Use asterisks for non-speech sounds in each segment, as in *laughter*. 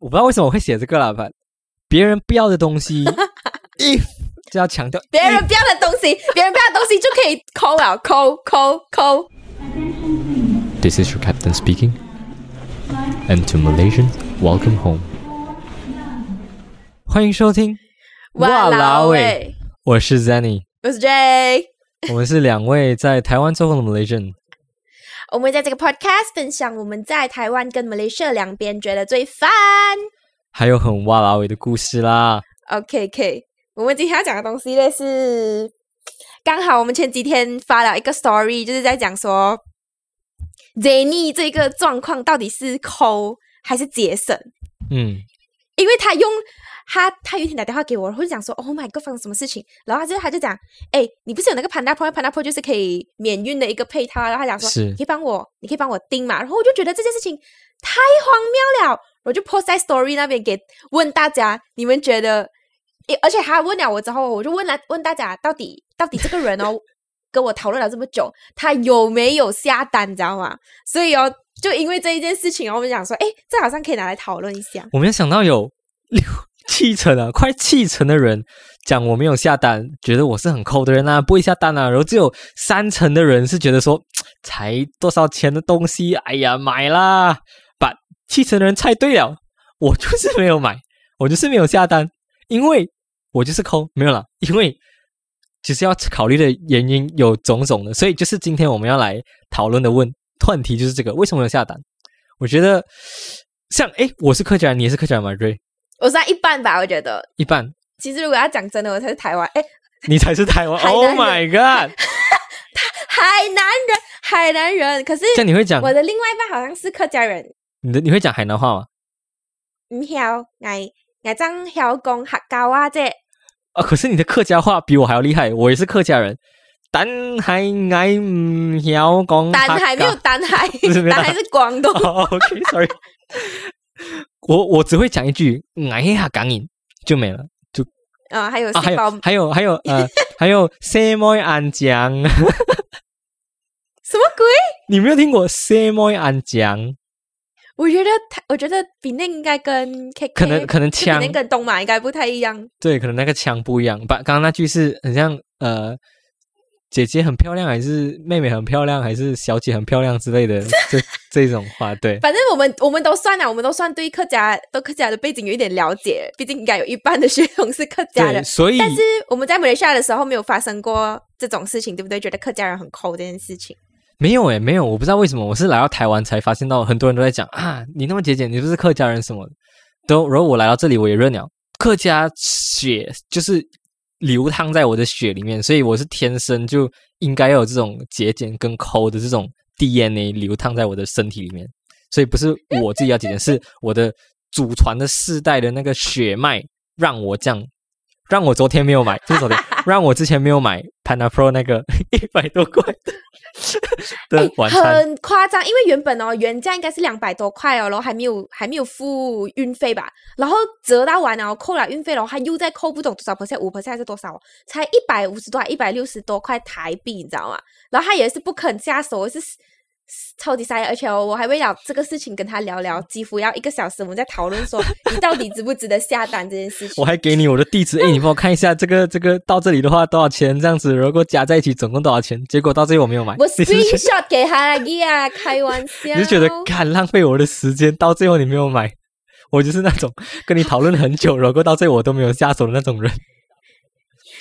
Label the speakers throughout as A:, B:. A: 我不知道为什么我会写这个啦，反别人不要的东 *laughs* 西，if 就要强调
B: 别
A: if
B: 人不要的东西，别人不要的东西就可以啊抠了，抠抠抠。
C: This is your captain speaking. And to Malaysians, welcome home.
A: 欢迎收听，哇欸啦喂，我是 Zenny，
B: 欸我是 J。
A: 我们是两位在台湾做红的 Malaysian，
B: 我们在这个 podcast 分享我们在台湾跟 Malaysia 两边觉得最 fun。
A: 还有很哇啦喂的故事啦。
B: OK K，我们今天要讲的东西呢是，刚好我们前几天发了一个 story，就是在讲说 Jenny 这个状况到底是抠还是节省。
A: 嗯，
B: 因为他用他他有一天打电话给我，然后就讲说，Oh my god，发生什么事情？然后他就他就讲，哎，你不是有那个 Panda Pro，Panda Pro 就是可以免运的一个配套啊。然后他讲说，
A: 是
B: 你可以帮我，你可以帮我订嘛。然后我就觉得这件事情太荒谬了，我就 post 在 Story 那边给问大家，你们觉得？诶而且他问了我之后，我就问了问大家，到底到底这个人哦，跟我讨论了这么久，他有没有下单，你知道吗？所以哦，就因为这一件事情哦，我们讲说，哎，这好像可以拿来讨论一下。
A: 我没有想到有 *laughs* 六七成啊，快七成的人讲我没有下单，觉得我是很抠的人啊，不会下单啊。然后只有三成的人是觉得说，才多少钱的东西，哎呀，买啦。把七成的人猜对了，我就是没有买，我就是没有下单，因为我就是抠，没有啦，因为。其实要考虑的原因有种种的，所以就是今天我们要来讨论的问问题就是这个：为什么没有下单？我觉得像诶，我是客家人，你也是客家人吗？瑞，
B: 我算一半吧，我觉得。
A: 一半，
B: 其实如果要讲真的，我才是台湾，哎，
A: 你才是台湾。
B: 海南
A: Oh
B: 人
A: my god！
B: 海南人，海南人。可是
A: 这样你会讲
B: 我的另外一半好像是客家人，
A: 你的你会讲海南话吗？
B: 唔晓爱爱张晓讲客家话这。
A: 啊，可是你的客家话比我还要厉害，我也是客家人。但还爱唔晓讲
B: 丹
A: 客
B: 海没
A: 家
B: 有丹海
A: 是，没有
B: 丹海是广
A: *laughs*
B: 东。
A: 哦，OK，sorry，我我只会讲一句“哎呀，港影”就没了。
B: 啊，还有
A: 啊，还
B: 细胞
A: 有还有还有
B: *laughs*
A: 呃，还有 “say my 安江”， *laughs*
B: 什么鬼？
A: 你没有听过 “say my 安江
B: 我觉得台，我觉得比那应该跟 K K
A: 可能可能
B: 就比那
A: 腔
B: 跟东马应该不太一样”？。
A: 对，可能那个腔不一样。把刚刚那句是很像呃，姐姐很漂亮，还是妹妹很漂亮，还是小姐很漂亮之类
B: *laughs*
A: 的这这种话。对，
B: 反正我们我们都算啊了，我们都算对客家对客家的背景有一点了解，毕竟应该有一半的血统是客家
A: 对，
B: 的。
A: 所以
B: 但是我们在马来西亚的时候没有发生过这种事情，对不对？觉得客家人很抠这件事情，
A: 没有诶，没有，我不知道为什么，我是来到台湾才发现到很多人都在讲啊，你那么节俭，你是不是客家人什么的？都，然后我来到这里我也认了，客家血就是流淌在我的血里面，所以我是天生就应该有这种节俭跟抠的这种 DNA 流淌在我的身体里面，所以不是我自己要节俭，是我的祖传的世代的那个血脉让我这样。让我昨天没有买，就是昨天，让我之前没有买 Panda Pro 那个 *laughs* 一百多块的
B: 哎
A: 的呃晚餐，
B: 很夸张。因为原本哦，原价应该是两百多块哦，然后还没有还没有付运费吧，然后折到完哦，扣了运费，然后他又再扣不懂多少 percent，五 percent 还是多少哦，才一百五十多，啊一百六十多块台币，你知道吗？然后他也是不肯下手，是超级傻眼。而且哦，我还为了这个事情跟他聊聊，几乎要一个小时，我们在讨论
A: *laughs*
B: 说你到底值不值得下单这件事情
A: 我。还给你我的地址，哎，你帮我看一下这个这个到这里的话多少钱？这样子如果加在一起总共多少钱？结果到这里我没有买，
B: 我
A: 你是不是觉
B: screenshot 给他了呀，开玩
A: 得
B: 笑。
A: 你是觉得看浪费我的时间，到最后你没有买，我就是那种跟你讨论很久，然后到最后我都没有下手的那种人。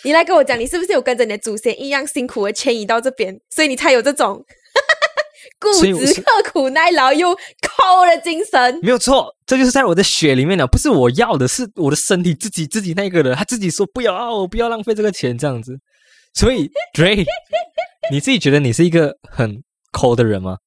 B: 你来跟我讲，你是不是有跟着你的祖先一样辛苦的迁移到这边，所以你才有
A: *laughs*
B: 这种固
A: 所以我
B: 执、
A: 是
B: 刻苦耐劳又抠的精神？
A: 没有错，这就是在我的血里面了，不是我要的，是我的身体自己自己那个的，他自己说不要啊，我不要浪费这个钱这样子。所以 Dray，你自己觉得你是一个很抠的人吗？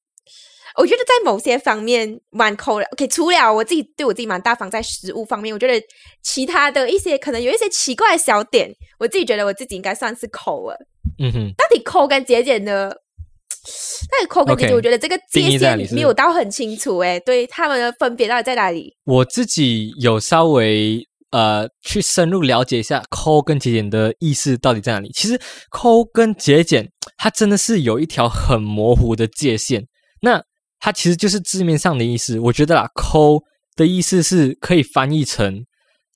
B: 我觉得在某些方面蛮抠的。OK，除了我自己对我自己蛮大方，在食物方面，我觉得其他的一些可能有一些奇怪的小点，我自己觉得我自己应该算是抠了。
A: 嗯哼。
B: 到底抠跟节俭的，到底抠跟节俭
A: OK，
B: 我觉得这个
A: 定
B: 界
A: 义在哪
B: 限
A: 里是不是
B: 没有到很清楚、欸。对他们的分别到底在哪里？
A: 我自己有稍微呃去深入了解一下抠跟节俭的意思到底在哪里。其实抠跟节俭，它真的是有一条很模糊的界限。那它其实就是字面上的意思，我觉得啦，抠。的意思是可以翻译成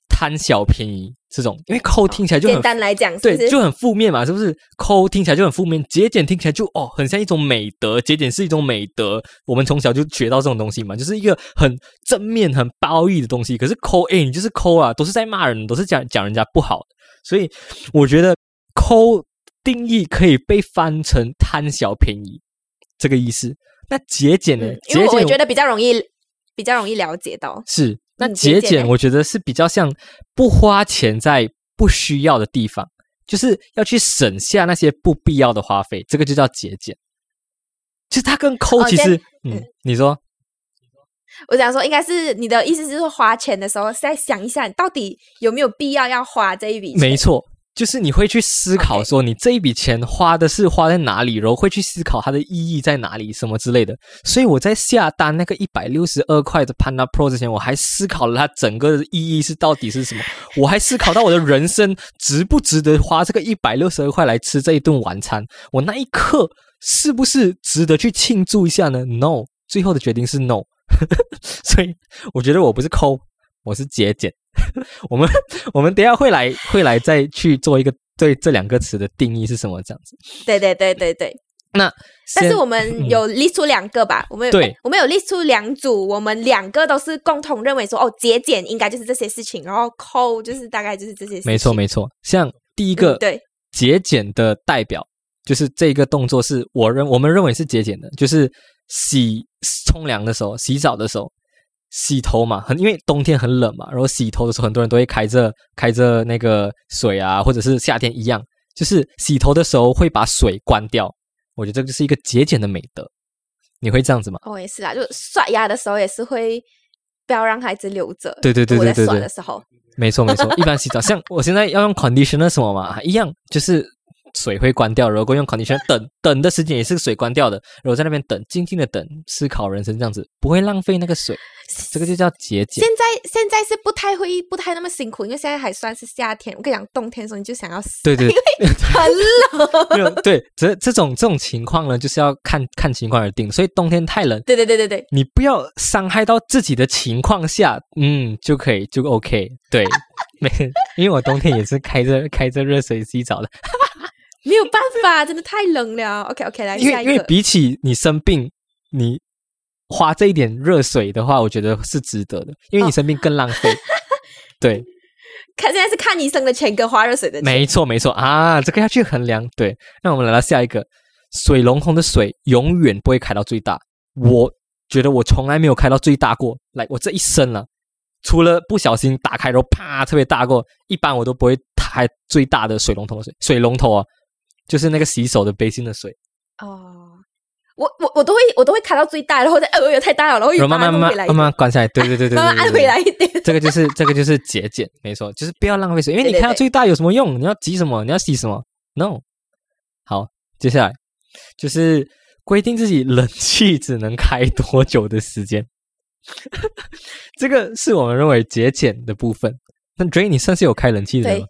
A: 贪小便宜这种，因为抠听起来就很
B: 哦简单来讲，是
A: 对
B: 不是
A: 就很负面嘛，是不是？抠听起来就很负面，节俭听起来就哦，很像一种美德，节俭是一种美德，我们从小就学到这种东西嘛，就是一个很正面、很褒义的东西。可是抠，哎，你就是抠啊，都是在骂人，都是讲讲人家不好的，所以我觉得抠定义可以被翻成贪小便宜这个意思。那节俭呢
B: 嗯？，因
A: 节
B: 为我
A: 俭
B: 觉得比较容易比较容易了解到，
A: 是，那
B: 嗯
A: 节
B: 节俭
A: 俭
B: 嘞
A: 我觉得是比较像不花钱在不需要的地方，就是要去省下那些不必要的花费，这个就叫节俭。其实它跟抠
B: 哦
A: 其
B: 这
A: 实，嗯
B: 嗯，
A: 你说
B: 我想说，应该是你的意思是说，花钱的时候再想一下，你到底有没有必要要花这一笔钱？
A: 没错，就是你会去思考
B: OK
A: 说你这一笔钱花的是花在哪里，然后会去思考它的意义在哪里，什么之类的。所以我在下单那个一百六十二块的 Panda Pro 之前，我还思考了它整个的意义是到底是什么，我还思考到我的人生值不值得花这个一百六十二块来吃这一顿晚餐，我那一刻是不是值得去庆祝一下呢？No，最后的决定是 No，所以我觉得我不是抠，我是节俭。 *laughs* 我们 *laughs* 我们等一下会来会来再去做一个对这两个词的定义是什么这样子。
B: 对对对对对。
A: 那
B: 但
A: 先
B: 是我们有 list 出两个吧，我们有
A: 嗯对
B: 诶我们有 list 出两组，我们两个都是共同认为说，哦，节俭应该就是这些事情，然后抠就是大概就是这些事情。
A: 没错没错，像第一个、
B: 嗯对
A: 节俭的代表，就是这个动作是我认我们认为是节俭的，就是洗冲凉的时候、洗澡的时候、洗头嘛，很因为冬天很冷嘛，然后洗头的时候很多人都会开着开着那个水啊，或者是夏天一样，就是洗头的时候会把水关掉。我觉得这就是一个节俭的美德，你会这样子吗？
B: 哦也是啦，就刷牙的时候也是会不要让孩子留着。
A: 对对对
B: 我在
A: 对对
B: 刷
A: 对
B: 的时候，
A: 没错没
B: *laughs*
A: 错，一般洗澡像我现在要用 conditioner 什么嘛，一样就是水会关掉，如果用
B: *laughs*
A: conditioner 等等的时间也是水关掉的，然后在那边等，静静的等，思考人生这样子，不会浪费那个
B: *laughs*
A: 水，这个就叫节俭
B: 现。在现在是不太会不太那么辛苦，因为现在还算是夏天。我跟你讲，冬天的时候你就想要死，
A: 对对，
B: *laughs* 很冷。
A: *laughs*
B: *laughs*
A: 没有对，这这种这种情况呢，就是要看看情况而定，所以冬天太冷，
B: 对对对对对，
A: 你不要伤害到自己的情况下，嗯，就可以就 OK，对，没， *laughs* 因为我冬天也是开着开着热水洗澡的。
B: 没有办法，真的太冷了。OK OK，来
A: 因
B: 下
A: 为
B: 一
A: 因为
B: 个。
A: 比起你生病，你花这一点热水的话，我觉得是值得的，因为你
B: 哦
A: 生病更浪
B: *laughs*
A: 费。对，
B: 看现在是看医生的钱跟花热水的钱。
A: 没错没错啊，这个要去衡量。对，那我们来到下一个，水龙头的水永远不会开到最大。我觉得我从来没有开到最大过，来，我这一生了，除了不小心打开然后啪特别大过，一般我都不会开最大的水龙头的水。水龙头啊，就是那个洗手的杯心的水。
B: 哦，我我我都会我都会开到最大，然后再呃有太大了，然后又
A: 然后
B: 把
A: 慢
B: 它
A: 慢
B: 弄
A: 慢
B: 回
A: 慢
B: 来，
A: 慢慢关下来，对对对对，对
B: 慢慢按回。来一点。
A: 对对对这个就是 *laughs* 这个就是节俭，没错，就是不要浪费水，因为
B: 对
A: 你
B: 对
A: 看到
B: 对
A: 最大有什么用？你要急什么？你要洗什么？No。好，接下来就是规定自己冷气只能开多久的时间， *laughs* 这个是我们认为节俭的部分。那 Dray，你算是有开冷气的人吗？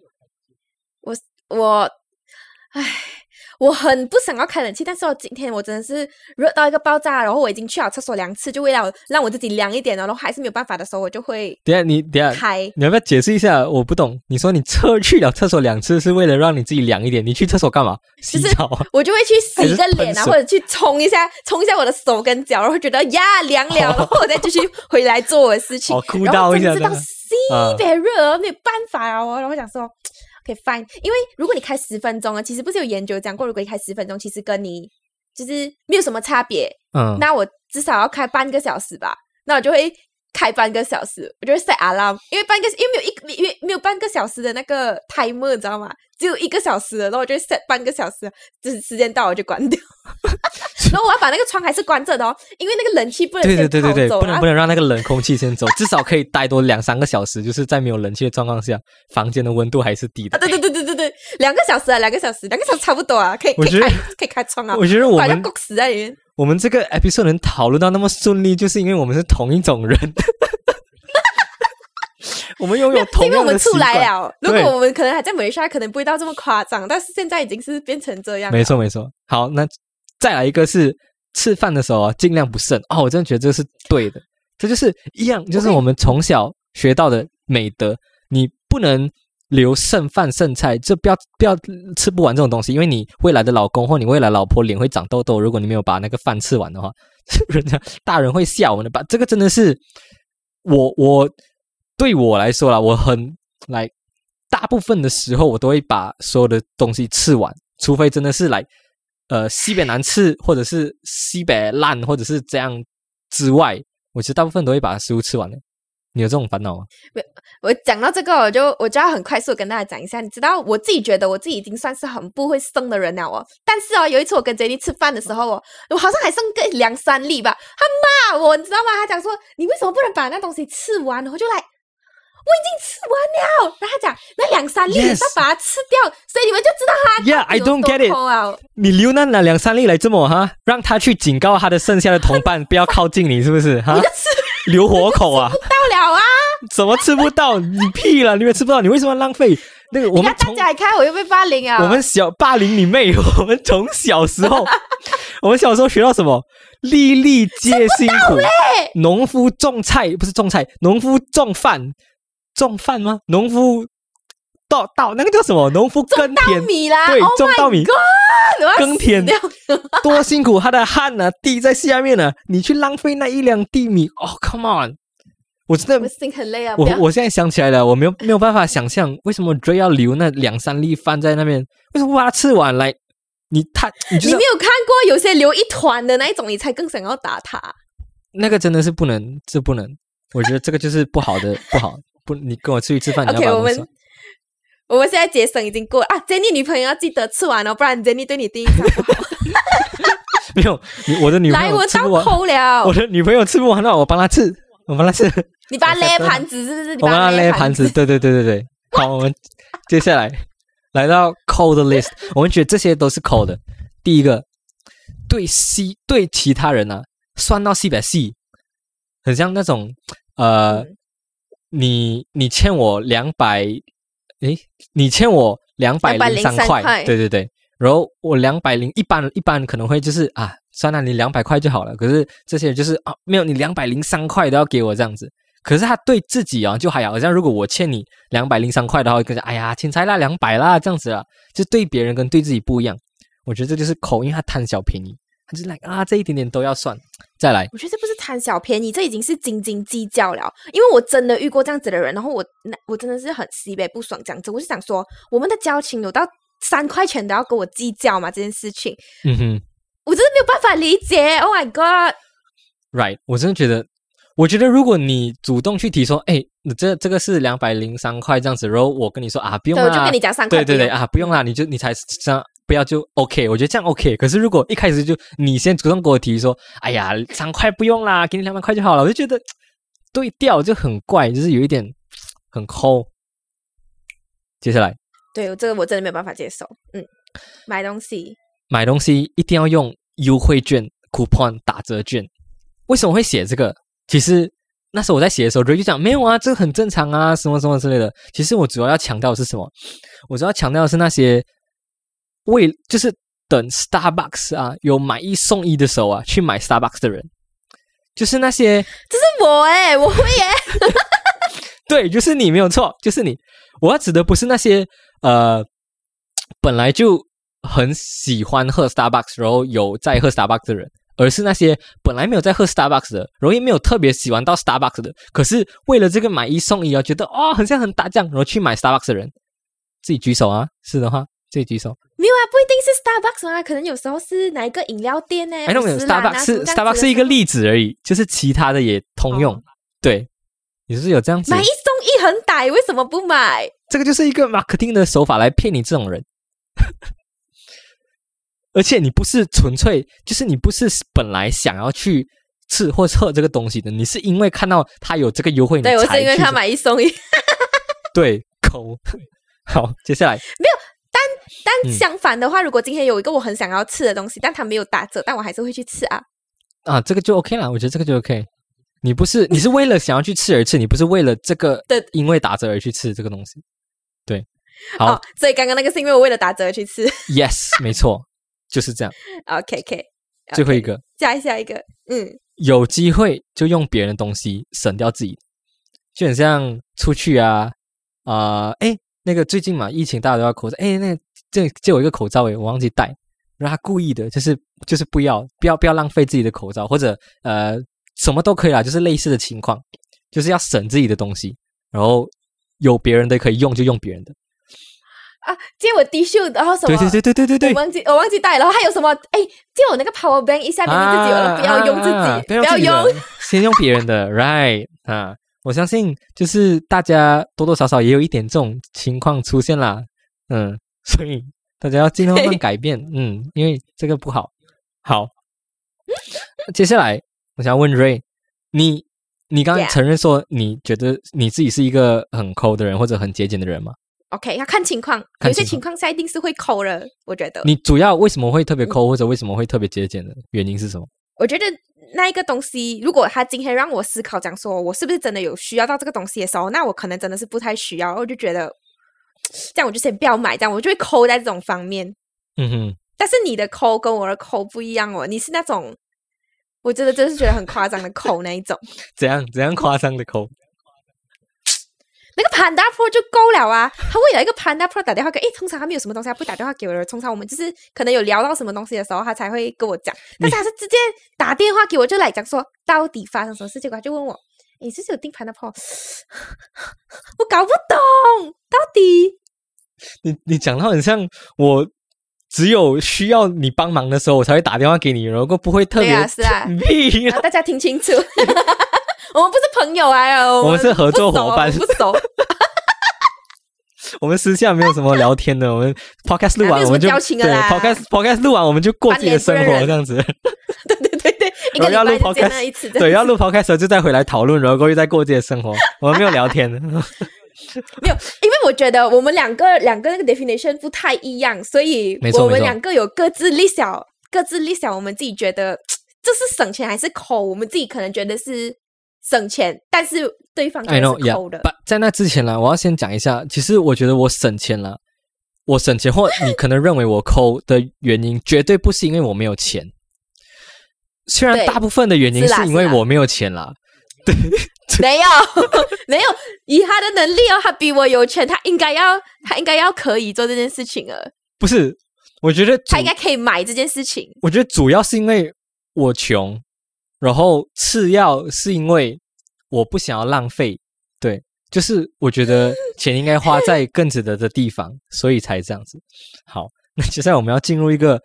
B: 我，唉，我很不想要开冷气，但是我哦今天我真的是热到一个爆炸，然后我已经去了厕所两次，就为了让我自己凉一点了，然后还是没有办法的时候，我就会
A: 等一下你等一下，
B: 开。
A: 你要不要解释一下？我不懂，你说你厕去了厕所两次是为了让你自己凉一点，你去厕所干嘛？洗
B: 就是
A: 澡啊？
B: 我就会去洗个
A: 还是喷
B: 脸啊，
A: 水
B: 或者去冲一下，冲一下我的手跟脚，然后觉得呀凉了，然后我再继续回来做我的事情
A: 哦。cool
B: 然后
A: down 一
B: 真
A: 下
B: 的是到
A: 这样啊
B: 西北热没有办法啊，哦，然后我想说，OK fine，因为如果你开十分钟啊，其实不是有研究讲过，如果你开十分钟，其实跟你就是没有什么差别。
A: 嗯，
B: 那我至少要开半个小时吧，那我就会开半个小时，我就会 set alarm，因为半个因为没有一因为没有半个小时的那个 timer，你知道吗？只有一个小时的，然后我就会 set 半个小时，就是时间到我就关
A: *laughs*
B: 掉。然后我要把那个窗还是关着的哦，因为那个冷气不能
A: 对对
B: 先
A: 对对对，
B: 跑走
A: 不能
B: 啊
A: 不能让那个冷空气先走，至少可以待多两三个小时，就是在没有冷气的状况下，房间的温度还是低
B: 啊！
A: 的。
B: 对对对对对对，两个小时啊，两个小时，两个小时差不多啊，可以
A: 我
B: 可以
A: 觉得
B: 开可以开窗啊，
A: 我觉得我
B: 不然
A: 们
B: 就焗死在里面。
A: 我们这个 episode 能讨论到那么顺利，就是因为我们是同一种人， *laughs* 我们拥有
B: 是
A: 同
B: 因为我
A: 样
B: 们
A: 的习
B: 出来啊
A: 惯。
B: 了，如果
A: 对
B: 我们可能还在马来西亚，可能不会到这么夸张，但是现在已经是变成这样啊了。
A: 没错没错，好，那再来一个是吃饭的时候啊，尽量不剩哦，我真的觉得这是对的，这就是一样，就是
B: 我可以
A: 我们从小学到的美德。你不能留剩饭剩菜，这不要不要吃不完这种东西，因为你未来的老公或你未来老婆脸会长痘痘，如果你没有把那个饭吃完的话，人家大人会笑我们的。把这个真的是我我对我来说啦，我很来大部分的时候我都会把所有的东西吃完，除非真的是来呃西北难吃，或者是西北烂，或者是这样之外，我其实大部分都会把食物吃完的。你有这种烦恼吗？
B: 我讲到这个，我就我就要很快速地跟大家讲一下。你知道，我自己觉得我自己已经算是很不会生的人了哦。但是哦，有一次我跟 J D 吃饭的时候哦，我好像还剩个两三粒吧。他骂我，你知道吗？他讲说你为什么不能把那东西吃完？我就来，我已经吃完了。然后他讲那两三粒你
A: Yes
B: 再把它吃掉，所以你们就知道他
A: *laughs* Yeah, I
B: 有多
A: don't get it.
B: 抠啊。
A: 你留那那两三粒来这么哈，让他去警告他的剩下的同伴不要靠近你，是不是哈
B: 我就？吃
A: 留活口啊？ *laughs*
B: 到了啊！
A: 怎么吃不到？你屁了！你们吃不到，你为什么要浪费？那个我
B: 你
A: 们
B: 看大
A: 从
B: 家还看我又被霸凌啊！
A: 我们小霸凌你妹！我们从小时
B: *laughs*
A: 候，我们小时候学到什么？粒粒皆辛苦。农夫种菜不是种菜，农夫种饭，种饭吗？农夫稻稻那个叫什么？农夫耕
B: 稻
A: 田
B: 米啦，
A: 对
B: oh、
A: 种稻米
B: God, 我要
A: 耕田
B: 死掉
A: 多辛苦，他的汗呢、滴在下面呢、你去浪费那一两地米，哦，come on！我真
B: 我
A: 的，
B: 心很累啊！不
A: 我
B: 要
A: 我现在想起来了，我没有没有办法想象为什么 Dre 要留那两三粒饭在那边，为什么不把它吃完？来，你他你就
B: 你
A: 是
B: 没有看过有些留一团的那一种，你才更想要打他。
A: 啊那个真的是不能，这不能，我觉得这个就是不好的， *laughs* 不好。不，你跟我出去吃饭，你要
B: OK，
A: 把
B: 我
A: 东西吃
B: 们
A: 完
B: 我们现在节省已经过了啊，Jenny 女朋友要记得吃完哦，不然 Jenny 对你第一印象不好。
A: 没有 *laughs* 你我的女朋
B: 来，
A: 友
B: 我
A: 吃
B: 到
A: 不完，
B: 抠了
A: 我，的女朋友吃不完了，我帮她吃，我帮她吃，
B: 你把它
A: 我下
B: 勒
A: 次了
B: 盘子是不是？你
A: 我帮
B: 把
A: 她
B: 它
A: 勒
B: 盘
A: 盘子。。对对对对对，好，我们接下来来到 cold list，我们觉得这些都是 cold 的。第一个，对西对其他人啊，酸到西北西，很像那种呃，你你欠我两百，诶，你欠我两百零三
B: 203块
A: 对对对，然后我两百零一般一般可能会就是啊，算了，你两百块就好了。可是这些人就是啊，没有你两百零三块都要给我这样子。可是他对自己啊，就还好好像如果我欠你两百零三块的话，跟着哎呀，欠财啦，两百啦这样子啦，就对别人跟对自己不一样。我觉得这就是口，因为他贪小便宜，他就来啊，这一点点都要算。再来，
B: 我觉得这不是贪小便宜，这已经是斤斤计较了。因为我真的遇过这样子的人，然后我那我真的是很西北不爽，这样子我就想说，我们的交情有到三块钱都要跟我计较嘛这件事情，
A: 嗯哼。
B: 我真的没有办法理解。Oh my god！
A: Right，我真的觉得，我觉得如果你主动去提说，哎，你这这个是两百零三块这样子，然后我跟你说啊，不用
B: 对，我就
A: 啦
B: 跟你，讲三块
A: 对
B: 不用。
A: 对对啊，不用啦，你就你才这样，不要就 OK，我觉得这样 OK。可是如果一开始就你先主动给我提说，哎呀，三块不用啦，给你两百块就好了，我就觉得对调就很怪，就是有一点很抠。接下来
B: 对，这个我真的没有办法接受。嗯，买东西
A: 买东西一定要用优惠券 coupon 打折券。为什么会写这个？其实那时候我在写的时候，就讲没有啊，这个很正常啊，什么什么之类的。其实我主要要强调的是什么？我主要强调的是那些为就是等 Starbucks 啊有买一送一的时候啊，去买 Starbucks 的人，就是那些
B: 这是我哎、我会耶、
A: 对，就是你没有错，就是你。我要指的不是那些呃本来就很喜欢喝 Starbucks，然后有在喝 Starbucks 的人，而是那些本来没有在喝 Starbucks 的，然后也没有特别喜欢到 Starbucks 的，可是为了这个买一送一啊，觉得哦很像很打酱，然后去买 Starbucks 的人，自己举手啊，是的话自己举手。
B: 没有啊，不一定是 Starbucks 啊，可能有时候是哪一个饮料店呢、
A: 哎，那我们
B: 五十兰
A: Starbucks
B: 啊什么
A: 是
B: 这样子的
A: Starbucks 是一个例子而已，就是其他的也通用。
B: 哦
A: 对，你是不是有这样子？嗯
B: 买一送一很歹，为什么不买？
A: 这个就是一个 marketing 的手法来骗你这种人。 *laughs* 而且你不是纯粹，就是你不是本来想要去吃或测这个东西的，你是因为看到它有这个优惠，你
B: 对，我
A: 才嗯
B: 是因为
A: 去
B: 他
A: 的
B: 买一送一，
A: *laughs* 对抠。好，接下来
B: 但
A: 嗯
B: 相反的话，如果今天有一个我很想要吃的东西，但它没有打折，但我还是会去吃啊。
A: 啊，这个就 OK 了，我觉得这个就 OK。你不是你是为了想要去吃而吃，你不是为了这个
B: 对
A: 因为打折而去吃这个东西。对，好、
B: 哦，所以刚刚那个是因为我为了打折去吃。 *laughs*
A: y e s 没错，就是这样。
B: OK，OK，、
A: 最后一个，
B: 下一下一个，嗯，
A: 有机会就用别人的东西省掉自己，就很像出去啊啊，哎、那个最近嘛，疫情大家都要口罩，哎、那个借借我一个口罩欸诶，我忘记带，然后他故意的，就是就是不要不要不要浪费自己的口罩，或者呃什么都可以啦，就是类似的情况，就是要省自己的东西，然后有别人的可以用就用别人的，
B: 啊，借我 T 恤，然后什
A: 对
B: 么？
A: 对对对对对对
B: 我，忘记我忘记带，然后还有什么？哎，借我那个 power bank 一下，明明自己有了，不要用自己，
A: 啊
B: 不要用。
A: 自己的先用别人的，right *laughs* 啊！我相信就是大家多多少少也有一点这种情况出现啦，嗯，所以大家要尽量慢慢改变，嗯，因为这个不好。好，接下来我想要问 Ray，你你刚刚
B: Yeah
A: 承认说你觉得你自己是一个很抠的人或者很节俭的人吗？
B: OK，要看情况，
A: 看
B: 有些
A: 情嗯
B: 情况下一定是会抠的。我觉得，
A: 你主要为什么会特别
B: 嗯
A: 抠，或者为什么会特别节俭的原因是什么？
B: 我觉得那一个东西，如果他今天让我思考，讲说我是不是真的有需要到这个东西的时候，那我可能真的是不太需要，我就觉得这样我就先不要买，这样我就会抠在这种方面。
A: 嗯哼，
B: 但是你的抠跟我的抠不一样哦，你是那种，我真的真是觉得很夸张的抠那一种。
A: 怎样怎样夸张的抠？
B: 那个 Panda Pro 就够了啊！他会有一个 Panda Pro 打电话给，诶，通常他没有什么东西，他不打电话给我的。通常我们就是可能有聊到什么东西的时候，他才会跟我
A: *laughs*
B: 讲。但是他是直接打电话给我，就来讲说到底发生什么事情，他就问我，你是不是有订 Panda Pro？我 *laughs* 搞不懂，到底
A: 你你讲到很像我，只有需要你帮忙的时候，我才会打电话给你，如果不会特
B: 对
A: 别
B: 啊，是
A: *laughs*
B: 啊，
A: 屁
B: 然后大家听清楚， *laughs* 我们不是朋友啊，哦
A: 我们是合作
B: 不熟
A: 伙伴
B: 我们不熟，
A: 我们私下没有什么聊天的，我们 podcast 录
B: *laughs* 啊没
A: 完
B: 有什
A: 我
B: 么
A: 们就
B: 交情的
A: 对
B: 啦
A: podcast podcast 录完我们就过自己的生
B: 翻脸
A: 活
B: 不认人
A: 这样子，
B: 对对对对，一
A: 然
B: 个
A: 后要录
B: 礼拜就见
A: podcast，
B: 那一次，
A: 对，要录 podcast 的时候就再回来讨论，然后过去再过自己的生活，我们没有聊天，
B: 没有，因为我觉得我们两个两个那个 definition 不太一样，所以
A: 没错
B: 我
A: 没
B: 们
A: 错
B: 两个有各自立想，各自立想，我们自己觉得这是省钱还是抠，我们自己可能觉得是省钱，但是对方觉
A: I
B: 得
A: know,
B: 是
A: yeah.
B: 抠的。
A: But *laughs* 在那之前呢，我要先讲一下，其实我觉得我省钱了，我省钱，
B: *laughs*
A: 或你可能认为我抠的原因，绝对不是因为我没有钱。虽然
B: 对
A: 大部分的原因
B: 是啦
A: 是因为
B: 是啦
A: 我没有钱啦，
B: 没有没有，以他的能力哦，他比我有钱，他应该要他应该要可以做这件事情了，
A: 不是，我觉得主
B: 他应该可以买这件事情。
A: 我觉得主要是因为我穷，然后次要是因为我不想要浪费，对，就是我觉得钱应该花在更值得的地方，所以才这样子。好，那接下来我们要进入一个，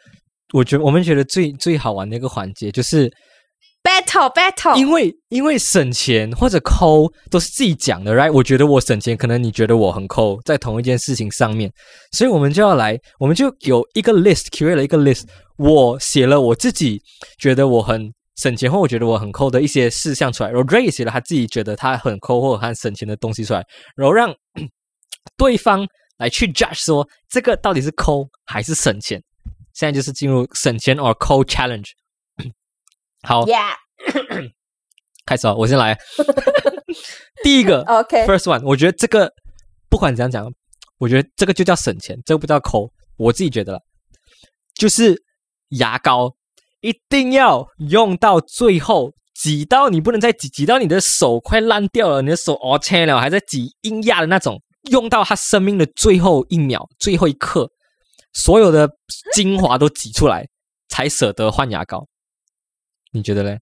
A: 我觉得我们觉得最最好玩的一个环节，就是
B: Battle battle，
A: 因为因为省钱或者抠都是自己讲的，right？我觉得我省钱，可能你觉得我很抠，在同一件事情上面，所以我们就要来，我们就有一个 list，create 了一个 list，我写了我自己觉得我很省钱或我觉得我很抠的一些事项出来，然后 Ray 也写了他自己觉得他很抠或者很省钱的东西出来，然后让 *clears throat* 对方来去 judge 说这个到底是抠还是省钱。现在就是进入省钱 or 抠 challenge。好
B: Yeah，OK，、
A: 开始哦，我先来。 *laughs* 第一
B: *laughs*
A: 个 first one，我觉得这个不管怎样讲，我觉得这个就叫省钱，这个不叫抠。我自己觉得啦，就是牙膏一定要用到最后，挤到你不能再挤，挤到你的手快烂掉了，你的手凹切了，还在挤硬压的那种，用到它生命的最后一秒、最后一刻，所有的精华都挤出来，才舍得换牙膏。你觉得嘞？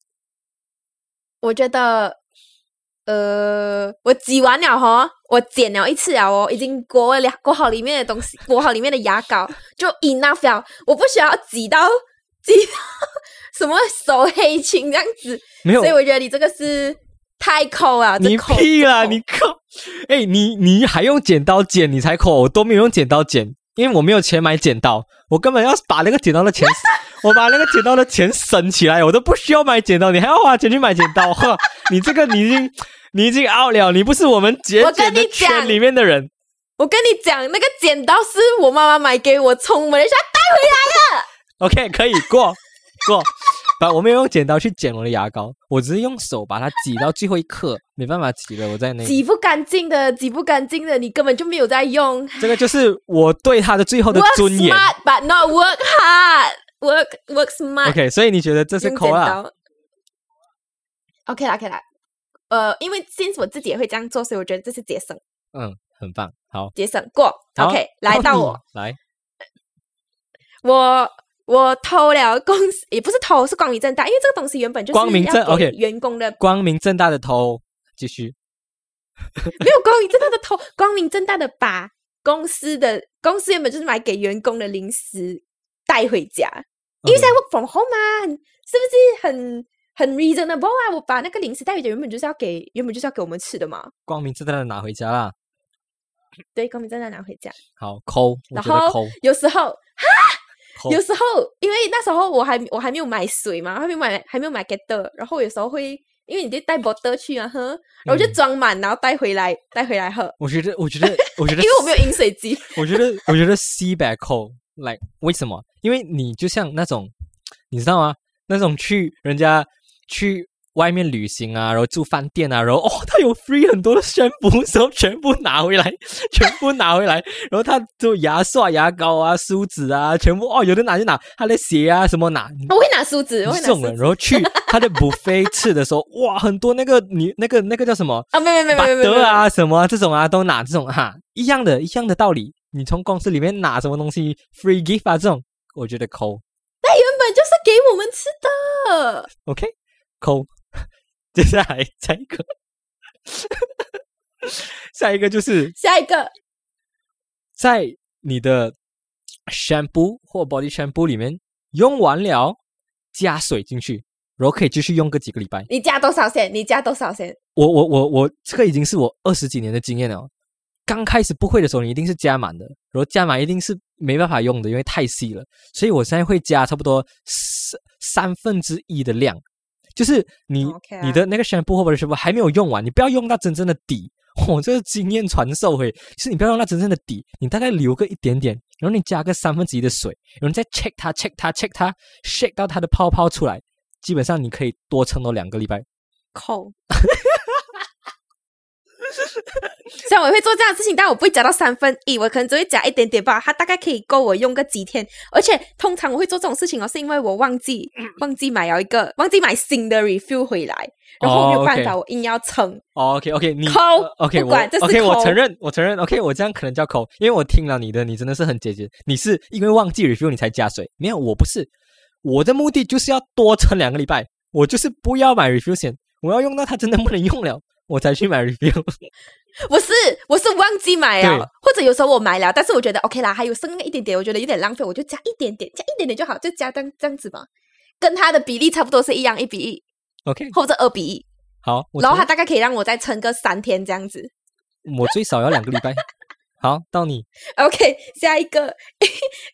B: 我觉得，呃，我挤完了哈，我剪了一次了哦，已经裹了裹好里面的东西，裹好里面的牙膏就 enough 了，我不需要挤到挤到什么手黑青这样子，
A: 没有，
B: 所以我觉得你这个是太抠了，这
A: 你
B: 抠
A: 屁
B: 这
A: 啦！
B: 抠
A: 你抠，哎、你你还用剪刀剪，你才抠，我都没有用剪刀剪，因为我没有钱买剪刀，我根本要把那个剪刀
B: *laughs*
A: 的钱，我把那个剪刀的钱省起来，我都不需要买剪刀，你还要花钱去买剪刀，呵，你这个你已经你已经 out 了，你不是我们节
B: 我跟
A: 俭的
B: 你
A: 圈
B: 讲
A: 里面的人，
B: 我跟你讲，那个剪刀是我妈妈买给我，从我们家带回来的。
A: OK，可以过过。把我没有用剪刀去剪我的牙膏，我只是用手把它挤到最后一刻，没办法挤了。我在那
B: 挤不干净的，挤不干净的，你根本就没有在用。
A: 这个就是我对它的最后的
B: Work
A: 尊严。
B: smart but not *laughs* work hard. Work work smart.
A: OK，所以你觉得这是
B: 用
A: 抠
B: 剪
A: 啦？
B: 刀 OK 啦，OK 啦。呃，因为 since 我自己也会这样做，所以我觉得这是节省，
A: 嗯，很棒，好
B: 节省过。
A: 好嗯
B: OK，来到
A: 你
B: 我，
A: *laughs* 来，
B: 我我偷了公司，也不是偷，是光明正大，因为这个东西原本就是
A: 光明正
B: 要给
A: OK
B: 员工的
A: 光明正大的偷，继续，
B: 没有光明正大的偷，光明正大的把公司的公司原本就是买给员工的零食带回家，因为
A: 嗯
B: 现在 work from home 嘛、是不是很很 reasonable 啊？我把那个零食带回家，原本就是要给原本就是要给我们吃的嘛，
A: 光明正大的拿回家啦。
B: 对，光明正大拿回家。
A: 好抠，我
B: 然
A: 觉得
B: 后
A: 抠
B: 有时候
A: 抠
B: 有时候因为那时候我还我还没有买水嘛，还没有买还没有买 get 的，然后有时候会因为你就带 bottle 去啊喝，然后就
A: 嗯
B: 装满，然后带回来带回来
A: *laughs*
B: 喝，
A: 我觉得，我觉得，我觉
B: *laughs* 因
A: 得，
B: 为我没有饮水机。
A: 我觉得，我觉得 C back hole like 为什么？因为你就像那种，你知道吗？那种去人家去外面旅行啊，然后住饭店啊，然后哦，他有 free 很多的宣布，时候全部拿回来， *laughs* 全部拿回来，然后他就牙刷、牙膏啊、梳子啊，全部哦，有的拿就拿，他的鞋啊什么拿，
B: 我会拿梳子，我会
A: 你
B: 拿梳
A: 送人，
B: 子
A: 然后去他的 buffet 吃的时候，哇，很多那个你那个那个叫什么？
B: 啊！没有没有
A: 巴
B: 没有没有没
A: 德
B: 有
A: 啊什么啊这种啊都拿这种哈、一样的一样的道理。你从公司里面拿什么东西 free gift 啊这种，我觉得抠
B: 根本就是给我们吃的。
A: ，OK，抠。 *laughs* 接下来下一个， *laughs* 下一个就是
B: 下一个
A: 在你的 shampoo 或 body shampoo 里面用完了加水进去，然后可以继续用个几个礼拜。
B: 你加多少钱？你加多少钱？
A: 我我我我，这个已经是我二十几年的经验了。刚开始不会的时候，你一定是加满的，然后加满一定是没办法用的，因为太细了。所以我现在会加差不多三三分之一的量，就是你、
B: OK 啊
A: 你的那个 shampoo 或者什么还没有用完，你不要用到真正的底。 *laughs* 我、这是经验传授嘿，就是你不要用到真正的底，你大概留个一点点，然后你加个三分之一的水，然后你再 check 它 check 它 check 它 shake 到它的泡泡出来，基本上你可以多撑多两个礼拜。
B: 扣。虽然我会做这样的事情，但我不会加到三分一，我可能只会加一点点吧。它大概可以够我用个几天。而且通常我会做这种事情哦，是因为我忘记
A: 嗯
B: 忘记买了一个，忘记买新的 refill 回来，然后我没有
A: 哦
B: 办
A: ，OK
B: 法，我硬要撑。
A: 哦，OK，OK，你
B: 抠
A: 呃，OK，
B: 不
A: 我
B: 管这是
A: OK，我
B: 抠
A: 承认，我承认，OK，我这样可能叫抠，因为我听了你的，你真的是很节俭，你是因为忘记 review 你才加水，没有，我不是，我的目的就是要多撑两个礼拜，我就是不要买 review 险，我要用到它真的不能用了，我才去买 review。 *laughs*
B: 我是我是忘记买
A: 对
B: 了，或者有时候我买了，但是我觉得 OK 啦，还有剩那一点点，我觉得有点浪费，我就加一点点，加一点点就好，就加这样这样子嘛，跟它的比例差不多是一样，一比一
A: OK，
B: 或者二比一，
A: 好，我
B: 然
A: 承
B: 后它
A: 认
B: 大概可以让我再撑个三天这样子。
A: 我最少要两个礼拜。 *laughs* 好，到你
B: OK，下 *laughs* 一个，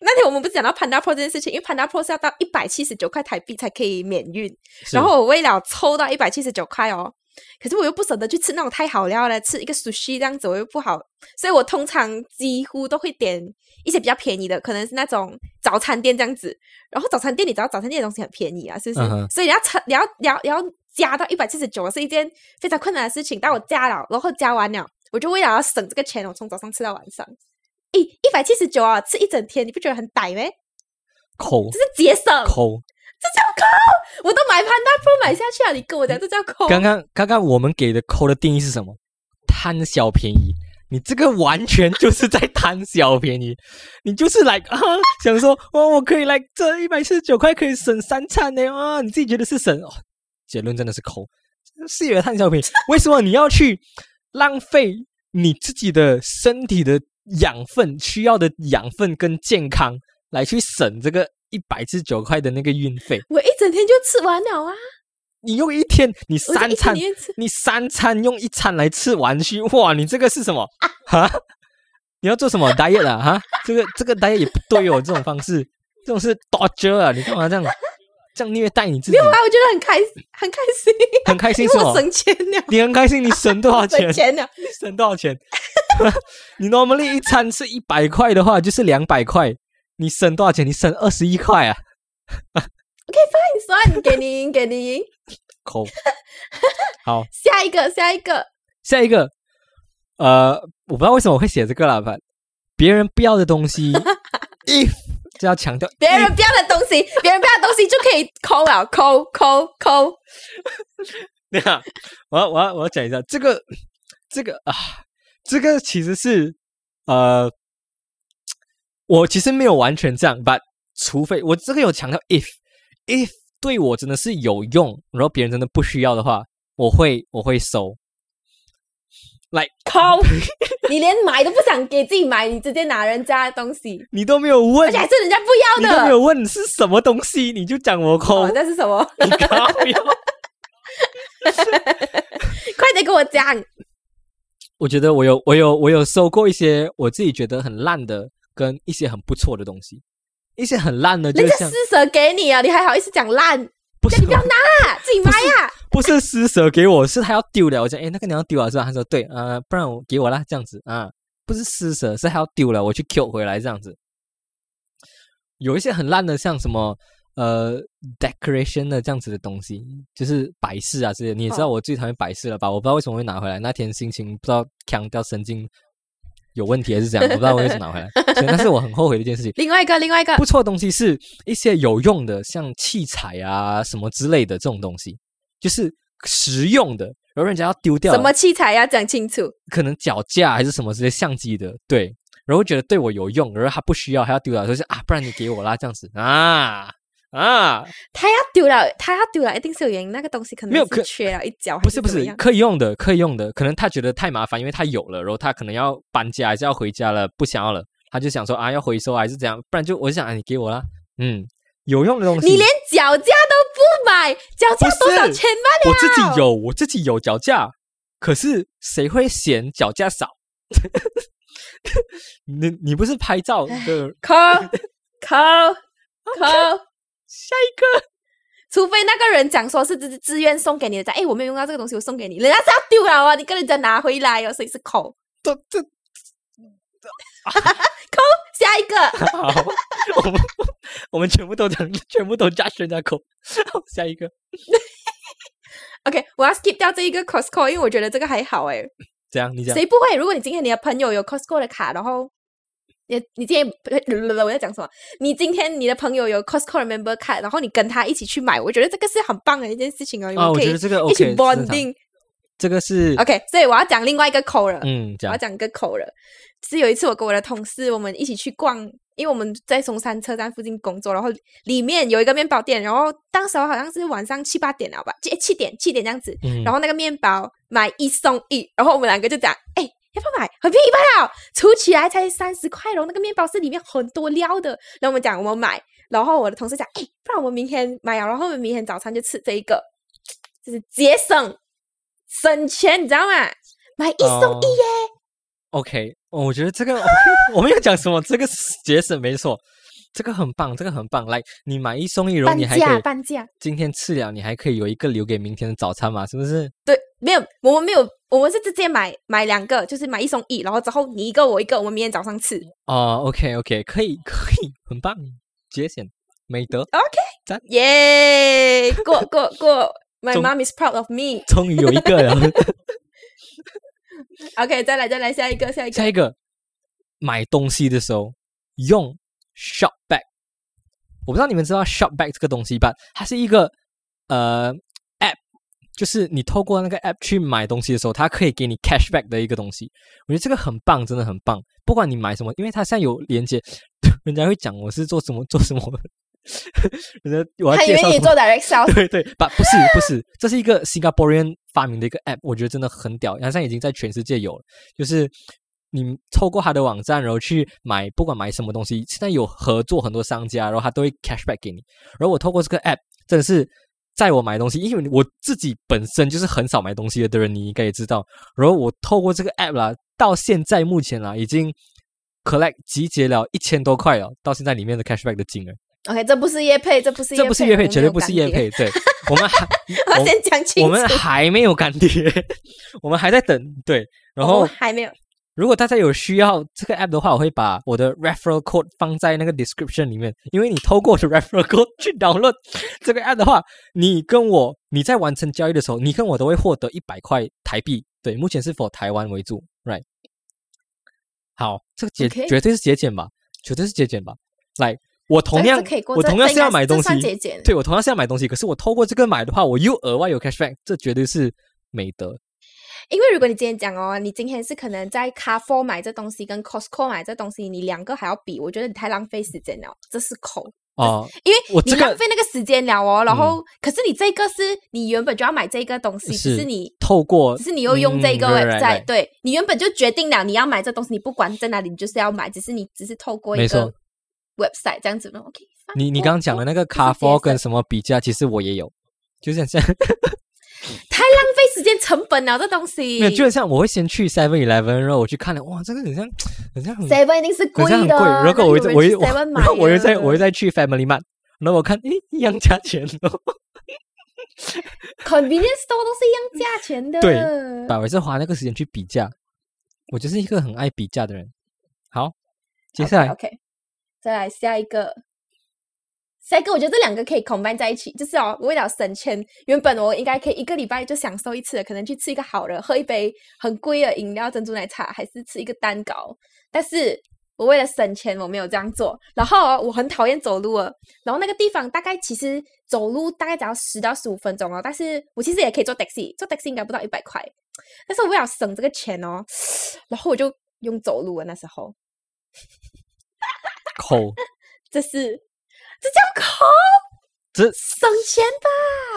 B: 那天我们不是讲到 Panda Pro 这件事情，因为 Panda Pro 是要到一百七十九块台币才可以免运，
A: 是，
B: 然后我为了凑到一百七十九块哦，可是我又不舍得去吃那种太好料了，吃一个
A: 嗯
B: sushi 这样子我又不好，所以我通常几乎都会点一些比较便宜的，可能是那种早餐店这样子。然后早餐店你知道早餐店的东西很便宜啊，是不是？
A: 嗯哼
B: 所以你要吃，你要你要你要加到一百七十九是一件非常困难的事情，但我加了，然后加完了，我就为了要省这个钱，我从早上吃到晚上。诶，一百七十九啊，吃一整天，你不觉得很歹咩？
A: 抠
B: 这是节省，
A: 抠。
B: 这叫抠！我都买 Panda Pro 买下去啊了，你跟我讲这叫抠？
A: *laughs* 刚刚刚刚我们给的抠的定义是什么？贪小便宜。你这个完全就是在贪小便宜， *laughs* 你就是来、啊，想说哦，我可以来这一百四十九块可以省三餐呢啊，你自己觉得是省，哦、结论真的是抠，是有贪小便宜。 *laughs* 为什么你要去浪费你自己的身体的养分需要的养分跟健康来去省这个一百四十九块的那个运费？
B: 我一整天就吃完了啊！
A: 你用一天你
B: 我在
A: 三
B: 一天
A: 餐
B: 里面吃，
A: 你三餐用一餐来吃完去，哇，你这个是什么哈，你要做什么 diet 啊？哈，这个这个 diet 也不对哦，这种方式，这种是 torture 啊！你干嘛这样这样虐待你自己
B: 没有？啊，我觉得很开很开心，
A: 很开心
B: *laughs* 因
A: 是
B: 为我
A: 吗？
B: 省钱了，
A: 你很开心，你省多少钱
B: *laughs* 省？钱了。
A: 你省多少钱？ *laughs* 你 normally 一餐吃一百块的话，就是两百块，你省多少钱？你省二十一块啊！
B: 你算，给你赢，给你赢。
A: 抠。好，
B: 下一个，下一个，
A: 下一个，呃，我不知道为什么我会写这个啦，反别人不要的东 *laughs* 西，if 就要强调 if，
B: 别人不要的东西，别人不要的东西就可以抠了，抠抠抠。
A: *laughs* 对啊，我要我要我要讲一下这个这个啊，这个其实是呃，我其实没有完全这样，but 除非我这个有强调 if if 对我真的是有用，然后别人真的不需要的话，我会我会收。like *laughs*
B: 抠，你连买都不想给自己买，你直接拿人家的东西，
A: 你都没有问
B: 而且，还是人家不
A: 你
B: 要
A: 都没
B: 的。
A: 有问是什么东西，你就讲我抠
B: 哦，，那是
A: *laughs*
B: 什么？
A: 你靠腰
B: 快点跟我讲。
A: 我觉得我有我有我有收过一些我自己觉得很烂的，跟一些很不错的东西。一些很烂的，就
B: 人家
A: 像
B: 施舍给你啊，你还好意思讲烂？
A: 不
B: 叫
A: 是
B: 你不要拿啦，自己买啊呀、
A: 不是施舍给我，是他要丢了。我讲，诶，那个你要丢了是吧？他说对，呃，不然我给我啦，这样子啊，不是施舍，是他要丢了，我去 Q 回来这样子。有一些很烂的，像什么呃 decoration 的这样子的东西，就是摆饰啊之类的。你也知道我最讨厌摆饰了吧？我不知道为什么会拿回来。那天心情不知道强掉神经有问题还是怎样，我不知道我为什么拿回来。所以那是我很后悔的一件事情。
B: 另外一个，另外一个，
A: 不错的东西是一些有用的，像器材啊什么之类的这种东西，就是实用的。然后人家要丢掉，
B: 什么器材呀？讲清楚。
A: 可能脚架还是什么之类相机的，对。然后觉得对我有用，然后他不需要，还要丢掉，就是啊，不然你给我啦，这样子啊啊，
B: 他要丢了，他要丢了，一定是有原因。那个东西可能
A: 没有
B: 是
A: 可
B: 缺了一角，
A: 不是不
B: 还
A: 是
B: 怎么样
A: 可以用的，可以用的，可能他觉得太麻烦，因为他有了，然后他可能要搬家，还是要回家了，不想要了，他就想说啊，要回收啊还是怎样，不然就我就想啊，你给我啦，嗯，有用的东西，
B: 你连脚架都不买，脚架
A: 不
B: 多
A: 是
B: 少钱吗？
A: 我自
B: 啊
A: 己有，我自己有脚架，可是谁会嫌脚架少？ *laughs* 你你不是拍照的？
B: 抠抠抠，
A: 下一个
B: 除非那个人讲说是自自愿送给你的，哎，我没有用到这个东西，我送给你，人家是要丢了啊，你跟人家拿回来哦，所以是抠。
A: 都这
B: 下一个，
A: *laughs* 好，我们我们全部都讲，全部都加人家口。好下一个，
B: OK，我要 skip 掉这一个 Costco，因为我觉得这个还好哎。
A: 怎样？你讲
B: 谁不会？如果你今天你的朋友有 Costco 的卡，然后你你今天 *laughs* 我在讲什么？你今天你的朋友有 Costco 的 member 卡，然后你跟他一起去买，我觉得这个是很棒的一件事情哦，你
A: 啊？
B: 们
A: 我
B: 可
A: 觉
B: 以
A: 得这个
B: 一起
A: OK，正常
B: bonding。啊
A: 这个是
B: OK，所以我要讲另外一个口了，
A: 嗯，
B: 我
A: 讲
B: 要讲一个口了。是有一次我跟我的同事，我们一起去逛，因为我们在松山车站附近工作，然后里面有一个面包店，然后当时好像是晚上七八点了吧，七七点七点这样子，
A: 嗯
B: 然后那个面包买一送一，然后我们两个就讲，哎、要不要买？很便宜罢了，除起来才三十块咯。那个面包是里面很多料的，然后我们讲我们买，然后我的同事讲，哎、不然我们明天买啊，然后我们明天早餐就吃这一个，就是节省省钱，你知道吗？买一送
A: 哦
B: 一耶，
A: OK，我哦觉得这个 *laughs* 我们要讲什么？这个是节省没错，这个很棒，这个很棒。来，你买一送一，然后
B: 半
A: 你还可
B: 价
A: 以
B: 半价。
A: 今天吃了，你还可以有一个留给明天的早餐嘛？是不是？
B: 对，没有，我们没有，我们是直接买买两个，就是买一送一，然后之后你一个我一个，我们明天早上吃。
A: 哦，OK OK，可以可以，很棒，节省美德， *laughs*
B: 耶、过过过，My
A: 中
B: mom is proud of me。
A: 终于有一个了。
B: OK，再来再来下一个下一个
A: 下一个，买东西的时候用 shop bag，我不知道你们知道 shop bag 这个东西吧？它是一个呃 app，就是你透过那个 app 去买东西的时候，它可以给你 cash back 的一个东西。我觉得这个很棒，真的很棒。不管你买什么，因为它现在有连接， *laughs* 人家会讲我是做什么做什么的。 *laughs* 人家我要
B: 他以
A: 介
B: 为
A: 绍
B: 你
A: 什么
B: 做 direct sales，
A: 对对，不不是不是，这是一个 Singaporean 发明的一个 app，我觉得真的很屌，好像已经在全世界有了。就是你透过他的网站，然后去买，不管买什么东西，现在有合作很多商家，然后他都会 cashback 给你。然后我透过这个 app，真的是在我买东西，因为我自己本身就是很少买东西的人，你应该也知道。然后我透过这个 app 啦，到现在目前啦，已经 collect 集结了一千多块了，到现在里面的 cashback 的金额，
B: OK，这不是叶配，这不是
A: 这不是
B: 业
A: 月配，绝对不是月。配，对我们还
B: *laughs*
A: 我
B: 我没有干爹我要先讲清楚，
A: 我们还没有干爹，我们还在等。对，然
B: 我
A: 后
B: 们还没有。
A: 如果大家有需要这个 app 的话，我会把我的 referral code 放在那个 description 里面，因为你透过我的 referral code *laughs* 去 download 这个 app 的话，你跟我你在完成交易的时候，你跟我都会获得一百块台币。对，目前是否台湾为主，right？好，这个节
B: OK
A: 绝对是节俭吧，绝对是节俭吧。来，我同样
B: 这可以过，
A: 我
B: 这
A: 同样
B: 这
A: 是要
B: 应该
A: 买东
B: 这算
A: 西，
B: 节俭。
A: 对我同样是要买东西，可是我透过这个买的话，我又额外有 cashback，这绝对是美
B: *laughs*
A: 德。
B: 因为如果你今天讲哦，你今天是可能在 Carrefour 买这东西跟 Costco 买这东西，你两个还要比，我觉得你太浪费时间了，这是抠。
A: 哦，
B: 因为
A: 我
B: 你
A: 这个嗯
B: 浪费那个时间了哦，然后、可是你这个是你原本就要买这个东西，只
A: 是
B: 是你
A: 透过
B: 只是你啊又用这个
A: 嗯
B: website，、
A: right, right, right
B: 对你原本就决定了你要买这东西，你不管在哪里，你就是要买，只是你只是透过一
A: 没错
B: 个 website 这样子，OK fine，
A: 你你
B: 我
A: 刚刚讲的
B: 我
A: 那个
B: 这是节
A: car for 跟
B: 省
A: 什么比价，其实我也有，就是很像，
B: 太浪费时间成本啊了，这东西
A: 没有，就很像我会先去 Seven Eleven，然后我去看了，哇，这个很像，很像很
B: seven 一定是
A: 很
B: 贵
A: 像很
B: 的，啊
A: 贵。如果我
B: 哪
A: 又
B: 里
A: 我
B: 有人去
A: 又我
B: seven 买啊
A: 然后我又 *laughs* 再
B: 的
A: 我又再去 Family Mart，然后我看，诶，一样价钱哦。
B: convenience store 都是一样价钱的，
A: 对百维是花那个时间去比价，我就是一个很爱比价的人。好，接下来
B: OK，, 再来下一个，下一个我觉得这两个可以 combine 在一起，就是哦，为了省钱，原本我应该可以一个礼拜就享受一次的，可能去吃一个好的，喝一杯很贵的饮料珍珠奶茶，还是吃一个蛋糕，但是。我为了省钱，我没有这样做。然后哦我很讨厌走路了。然后那个地方大概其实走路大概只要十到十五分钟哦。但是我其实也可以坐 taxi，坐 taxi 应该不到一百块。但是我为了省这个钱哦， *sighs* 然后我就用走路了。那时候，
A: 口，
B: 这是这叫抠
A: 这
B: 省钱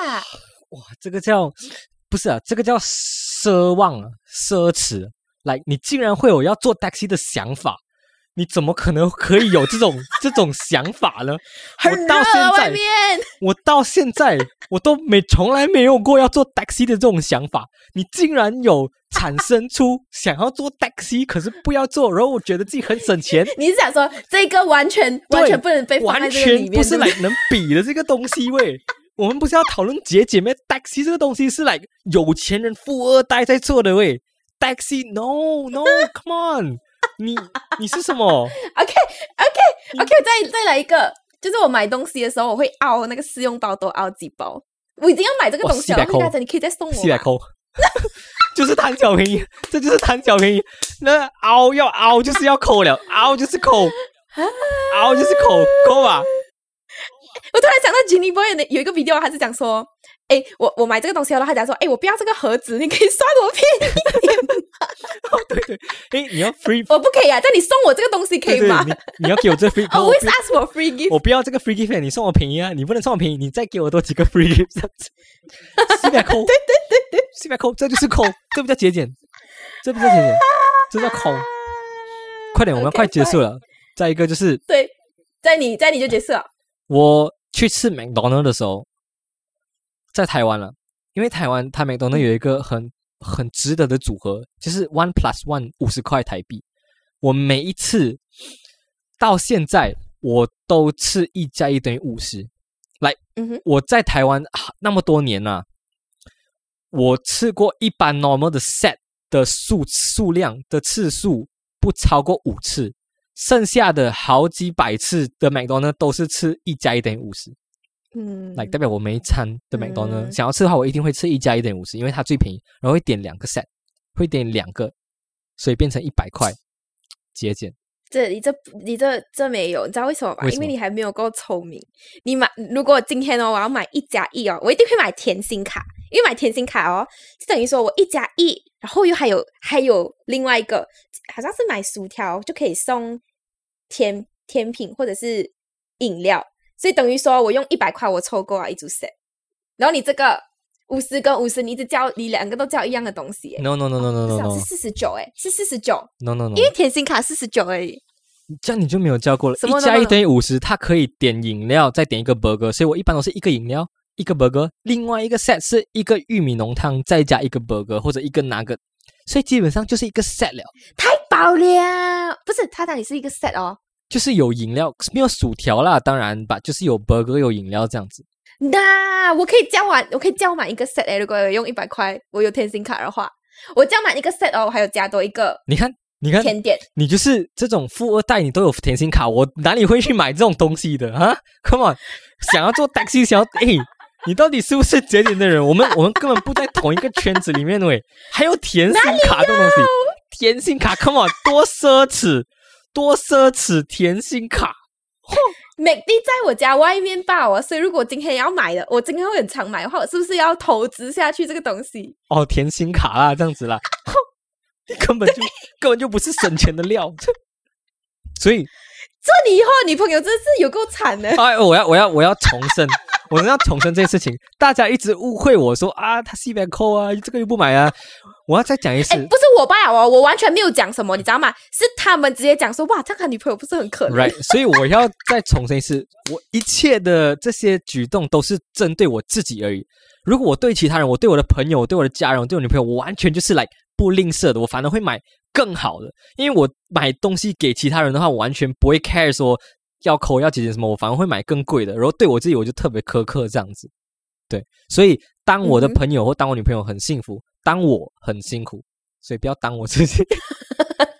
B: 吧？
A: 哇，这个叫不是啊，这个叫奢望啊，奢侈。来，你竟然会有要做 taxi 的想法，你怎么可能可以有这种这种想法呢？我
B: 很热
A: 到
B: 啊
A: 现
B: 外
A: 在
B: 面， *laughs*
A: 我到现在我都没从来没有过要做 taxi 的这种想法，你竟然有产生出想要做 taxi，可是不要做，然后我觉得自己很省钱，
B: 你是想说这个完全
A: 对
B: 完全不能被哎放在
A: 完
B: 这个
A: 全
B: 里面，
A: 不是
B: 对
A: 来
B: 对
A: 能比的这个东西喂。我们不是要讨论节俭咩？taxi 这个东西是来有钱人富二代在做的喂，taxi no no come on，你 *laughs* 你是什么？
B: OK OK OK，再再来一个，就是我买东西的时候，我会凹那个试用包，多凹几包。我已经要买这个
A: 哇
B: 东西
A: 400
B: 了，然后跟他
A: 扣
B: 讲你可以再送我
A: 四百
B: 吗
A: 扣，就是贪小便宜，这就是贪小便宜。那凹要凹就是要扣了，凹就是扣，
B: 啊
A: 凹就是扣扣吧。
B: 我突然想到 Jenny Boy 的有一个 video，他是啊讲说，哎，我我买这个东西了，然后他讲说，哎，我不要这个盒子，你可以算我便宜一点吗，
A: 对对，诶，你要 free
B: 我不可以啊，但你送我这个东西可
A: 对
B: 以
A: 对
B: 吗，
A: 你你要给我这
B: *laughs*
A: free，我
B: ？Always
A: 不要
B: ask for free
A: *laughs*
B: gift。
A: 我不要这个 free gift，你送我便宜啊！你不能送我便宜，你再给我多几个 *laughs* free gift，这样子四百 *laughs* 扣，对对对对，四百扣，这就是扣，这不叫节俭，这不叫节俭，这叫抠。快点，我 *laughs* 们
B: OK，
A: 快结束
B: fine
A: 了。再一个就是
B: 对，在你在你就结束了。
A: 我去吃 McDonald 的时候，在台湾了，因为台湾它 McDonald 有一个很很值得的组合，就是 one plus one 五十块台币。我每一次到现在，我都吃一加一等于五十。
B: 嗯哼，
A: 我在台湾、啊那么多年了、我吃过一般 normal 的 set 的数数量的次数不超过五次，剩下的好几百次的 McDonald 都是吃一加一等于五十，
B: 嗯，
A: 来代表我每一餐的 McDonald、
B: 嗯
A: 想要吃的话，我一定会吃一加一等于五十，因为它最便宜，然后会点两个 set，会点两个，所以变成一百块节俭。
B: 这你这你这这没有，你知道为什么吧？
A: 为
B: 因
A: 什
B: 为
A: 么
B: 你还没有够聪明。你买如果今天哦，我要买一加一哦，我一定会买甜心卡，因为买甜心卡哦，就等于说我一加一，然后又还有还有另外一个，好像是买薯条就可以送甜甜品或者是饮料，所以等于说我用一百块我凑够啊一组 set，然后你这个五十跟五十，你一直叫你两个都叫一样的东西耶，
A: No no no no no
B: 不
A: no
B: 是
A: 嗯 no 嗯
B: 啊是四十九哎，是四十九。
A: no no no，
B: 因为甜心卡四十九而已。
A: 这样你就没有教过了。
B: 什么
A: 一加
B: 都没
A: 一
B: 有
A: 等于五十，它可以点饮料，再点一个 burger，所以我一般都是一个饮料，一个 burger，另外一个 set 是一个玉米浓汤，再加一个 burger 或者一个 nugget，所以基本上就是一个 set 了，
B: 太饱了，不是它那里是一个 set 哦。
A: 就是有饮料，没有薯条啦，当然吧，就是有 burger 有饮料这样子。
B: 那我可以交完，我可以交满一个 set 哎、如果我用一百块，我有甜心卡的话，我交满一个 set 哦，我还有加多一个
A: 你看，你看，
B: 甜点。
A: 你就是这种富二代，你都有甜心卡，我哪里会去买这种东西的啊？Come on，想要做 taxi，想要诶，你到底是不是节俭的人？我们我们根本不在同一个圈子里面喂，还有甜心卡这种东西，甜心卡，Come on，多奢侈，多奢侈，甜心卡，
B: 美的在我家外面罢哦，所以如果今天要买的，我今天会很常买的话，我是不是要投资下去这个东西？
A: 哦，甜心卡啦，这样子啦， *laughs* 根本就根本就不是省钱的料。 *laughs* 所以，
B: 这你以后你朋友真是有够惨的。
A: 哎，我要我要我要重申，我要重申这件事情，大家一直误会我说啊，他 C 百扣啊，这个又不买啊，我要再讲一次
B: 哎，，不是我爸哦，我完全没有讲什么，你知道吗？是他们直接讲说，哇，这个女朋友不是很可怜。
A: Right，所以我要再重申一次，我一切的这些举动都是针对我自己而已。如果我对其他人，我对我的朋友，我对我的家人，我对我女朋友，我完全就是来、不吝啬的，我反而会买更好的。因为我买东西给其他人的话，我完全不会 care 说要抠要节俭什么，我反而会买更贵的。然后对我自己，我就特别苛刻这样子。对，所以当我的
B: 嗯哼
A: 朋友或当我女朋友很幸福，当我很辛苦，所以不要当我自己。 *laughs*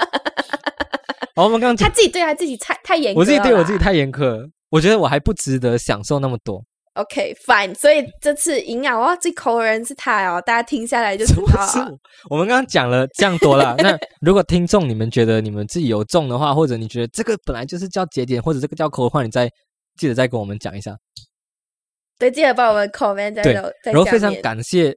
A: 好，我们刚刚讲
B: 他自己对他自己太太严格
A: 我自己对
B: 了
A: 我
B: 啦
A: 自己太严苛了，我觉得我还不值得享受那么多。
B: OK fine，所以这次赢啊，哇，最抠的人是他哦，大家听下来 *laughs* 就知
A: 什么
B: 道啊
A: 是
B: 了。
A: 我？我们刚刚讲了这样多
B: *laughs*
A: 了。那如果听众你们觉得你们自己有中的话，或者你觉得这个本来就是叫节点，或者这个叫口的话，你再记得再跟我们讲一下。
B: 对，记得帮我们 comment 在
A: 对
B: 楼在
A: 然后
B: 下
A: 非常
B: 面。
A: 感谢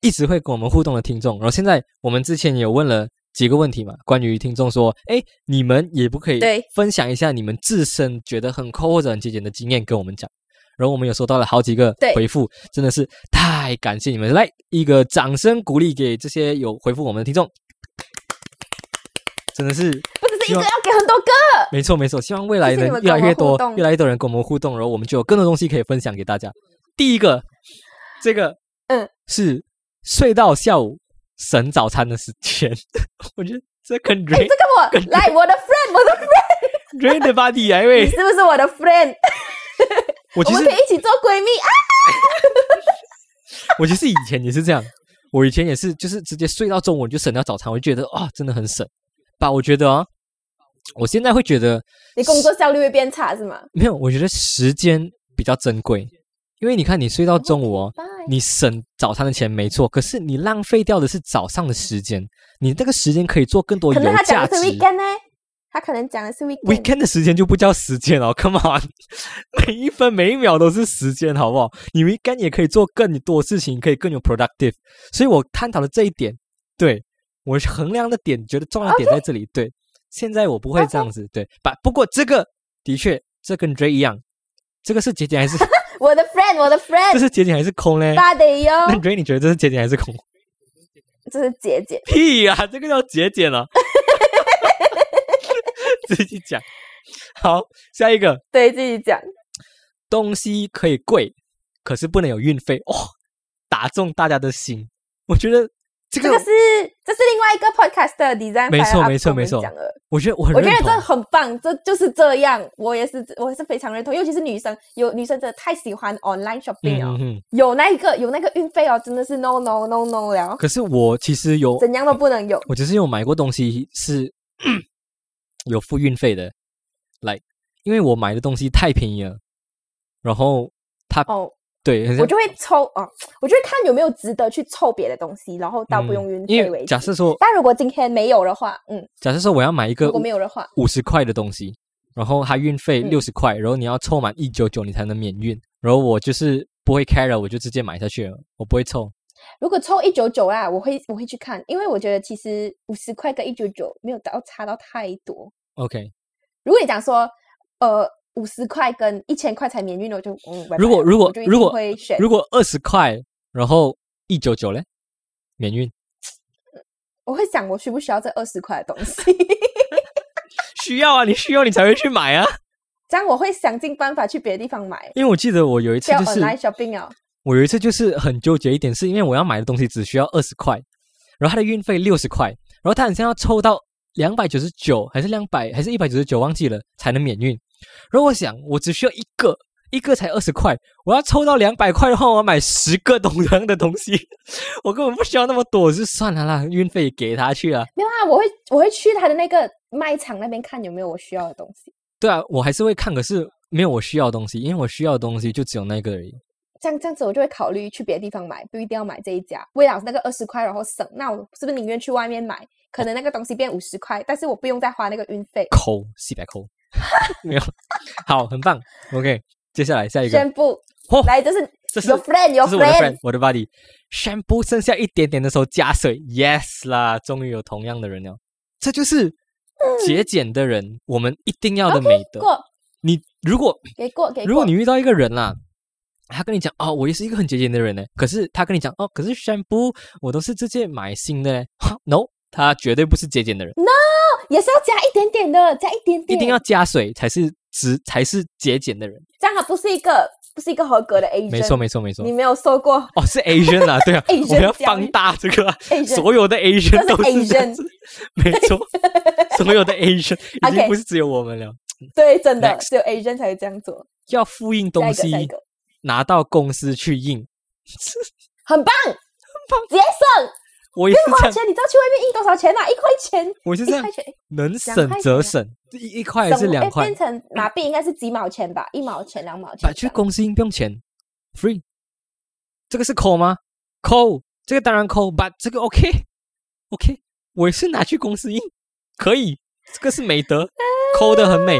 A: 一直会跟我们互动的听众。然后现在我们之前有问了几个问题嘛，关于听众说，哎，你们也不可以
B: 对
A: 分享一下你们自身觉得很抠或者很节俭的经验跟我们讲。然后我们有收到了好几个
B: 对
A: 回复，真的是太感谢你们！来一个掌声鼓励给这些有回复我们的听众，真的是
B: 不只是
A: 希
B: 一个，
A: 望
B: 要给很多个。 *laughs*
A: 没错没错，希望未来
B: 谢谢你
A: 能
B: 们
A: 越
B: 跟
A: 来
B: 我们
A: 越多
B: 互动，
A: 越来越多人跟我们互动，然后我们就有更多东西可以分享给大家。第一个，这个
B: 嗯
A: 是睡到下午省早餐的时间， *laughs* 我觉得这跟 Rain
B: 哎这个我来，我的 friend，我的
A: Rain
B: friend，
A: 的 body 来
B: 你
A: 喂，
B: 是不是我的 friend？
A: 哎我
B: *laughs* 我
A: 其
B: 们
A: 实
B: 可以一起做闺蜜啊！
A: 我其实以前也是这样，我以前也是就是直接睡到中午就省掉早餐，我就觉得啊、真的很省。把我觉得啊，我现在会觉得
B: 你工作效率会变差是吗？
A: 没有，我觉得时间比较珍贵，因为你看你睡到中午哦，
B: 拜。
A: 你省早餐的钱没错，可是你浪费掉的是早上的时间，你那个时间可以做更多
B: 可
A: 有
B: 能他
A: 价
B: 讲
A: 值
B: 的。是 weekend 呢，他可能讲的是 weekend。
A: weekend 的时间就不叫时间哦，Come on，每 *laughs* 一分每一秒都是时间，好不好？你 weekend 也可以做更多事情，可以更有 productive。所以我探讨了这一点，对我衡量的点，觉得重
B: 哦
A: 要的点在这里。对，现在我不会这样子，对，把不过这个的确，这跟 Dray 一样，这个是节
B: *laughs*
A: 俭还是
B: 我的 friend，我的
A: 这
B: friend，
A: 是节俭还是空嘞？
B: 大得哟，
A: 那 Dray 你觉得这是节俭还是空？
B: 这是姐姐。
A: 屁呀、这个叫节俭了。 *laughs* 自己讲。好，下一个
B: 对自己讲，
A: 东西可以贵，可是不能有运费哦，打中大家的心。我觉得这
B: 这
A: 个，
B: 个是这是另外一个 podcast 的 design，
A: 没错
B: file up
A: 没错
B: 跟我们
A: 没错
B: 讲了。
A: 我觉得我很
B: 我觉
A: 认
B: 得这
A: 同。
B: 很棒，这就是这样。我也是，我是非常认同，尤其是女生，有女生真的太喜欢 online shopping 了。
A: 嗯嗯，
B: 有那一个有那个运费哦，真的是 no no no no 了，
A: 可是我其实有，
B: 怎样都不能有。
A: 我其实有买过东西是嗯有付运费的，来、因为我买的东西太便宜了，然后它、
B: 哦，
A: 对，很像
B: 我就会抽哦，我就会看有没有值得去凑别的东西，然后到不用运
A: 嗯因
B: 费为
A: 为
B: 止。
A: 假设说，
B: 但如果今天没有的话，嗯，
A: 假设说我要买一个
B: 如果没有的话，
A: 五十块的东西，然后它运费
B: 嗯
A: 六十块，然后你要凑满一九九你才能免运。然后我就是不会 care，了我就直接买下去了，我不会凑。
B: 如果抽一九九啊，我会我会去看，因为我觉得其实五十块跟一九九没有到差到太多。
A: OK，
B: 如果你讲说，呃，五十块跟一千块才免运的，我就嗯，拜
A: 如果
B: 拜了
A: 如果
B: 我就一定
A: 如果
B: 会选，
A: 如果二十块，然后一九九嘞，免运，
B: 我会想我需不需要这二十块的东
A: *laughs*
B: 西，
A: 需要啊，你需要你才会去买啊。
B: 这样我会想尽办法去别的地
A: *laughs*
B: 方买，
A: 因为我记得我有一次
B: 不要
A: 就是
B: online shopping 啊。
A: 我有一次就是很纠结一点，是因为我要买的东西只需要二十块，然后它的运费六十块，然后它好像要抽到两百九十九还是两百还是一百九十九忘记了才能免运。然后我想，我只需要一个，一个才二十块，我要抽到两百块的话，我要买十个同样的东西， *laughs* 我根本不需要那么多，我就算了啦，运费给他去啊。
B: 没有啊，我会我会去他的那个卖场那边看有没有我需要的东西，
A: 对啊，我还是会看，可是没有我需要的东西，因为我需要的东西就只有那个而已。
B: 这样这样子我就会考虑去别的地方买，不一定要买这一家。为了那个二十块然后省，那我是不是宁愿去外面买？可能那个东西变五十块，但是我不用再花那个运费。
A: 抠，四百抠， *laughs* 没有，好，很棒。OK，接下来下一个，
B: 宣布
A: 嚯，
B: 来，这是
A: 这是
B: your friend
A: 这
B: your
A: 是我的
B: friend，
A: friend，我的 buddy。宣布剩下一点点的时候加水，yes 啦，终于有同样的人了。这就是
B: 嗯
A: 节俭的人，我们一定要的美德。
B: 过
A: 你如果
B: 给过给过。
A: 如果你遇到一个人啦，他跟你讲哦，我也是一个很节俭的人呢，可是他跟你讲哦，可是宣布我都是直接买新的嘞哈，no，他 *laughs* 绝对不是节俭的人，
B: 嗯也是要加一点点的，加一点
A: 一
B: 点，
A: 定要加水才是值才是节俭的人。
B: 这样，他不是一个不是一个合格的 agent，
A: 没错，没错，没错
B: 你。没有受过，
A: 哦，是 Asian 啊，对啊
B: Asian
A: 我
B: *laughs*
A: 们要
B: 教育
A: 放大这个啊、
B: Asian
A: 所有的 Asian
B: 这
A: 都
B: 是
A: 是这样
B: Asian
A: 子， *laughs* 没错，所有的 Asian 已
B: *laughs* OK
A: 经不是只有我们了，
B: 对，真的
A: Next
B: 只有 agent 才会这样做。
A: 要复印
B: 下
A: 东
B: 一个，
A: 西
B: 下一个，
A: 拿到公司去印，
B: 很棒，
A: 棒
B: 节省
A: *laughs* 我也是
B: 多
A: 这
B: 少
A: 样， *laughs*
B: 钱？你知道去外面印多少钱吗、一块钱，
A: 我是这
B: 一
A: 样
B: 块，钱，
A: 能
B: 两
A: 省
B: 块
A: 则
B: 钱
A: 省，一一块还是
B: 省
A: 两
B: 哎
A: 块
B: 变，成马币应该是几毛钱吧，一毛钱、两毛钱
A: 买
B: 这
A: 去
B: 样。
A: 公司印不用钱，free，这个是扣吗？扣，这个当然扣，but 这个 OK，OK，、我是拿去公司印，可以，这个是美
B: *laughs*
A: 德，扣的很美，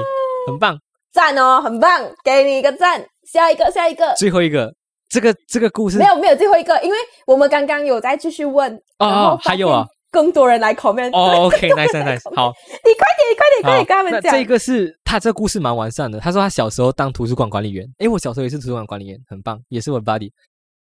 A: 很棒。
B: 赞哦，很棒，给你一个赞。下一个，下一个，
A: 最后一个，这个这个故事
B: 没有没有最后一个，因为我们刚刚有再继续问，
A: 哦
B: 然后
A: 哦还有
B: *laughs* 发现
A: 啊
B: 更多人来 comment，
A: 哦，OK，nice nice nice，好，
B: 你快点，快点，快
A: 好
B: 点跟他们
A: 那
B: 讲。
A: 这个是他这故事蛮完善的。他说他小时候当图书馆管理员，诶，我小时候也是图书馆管理员，很棒，也是我的 buddy。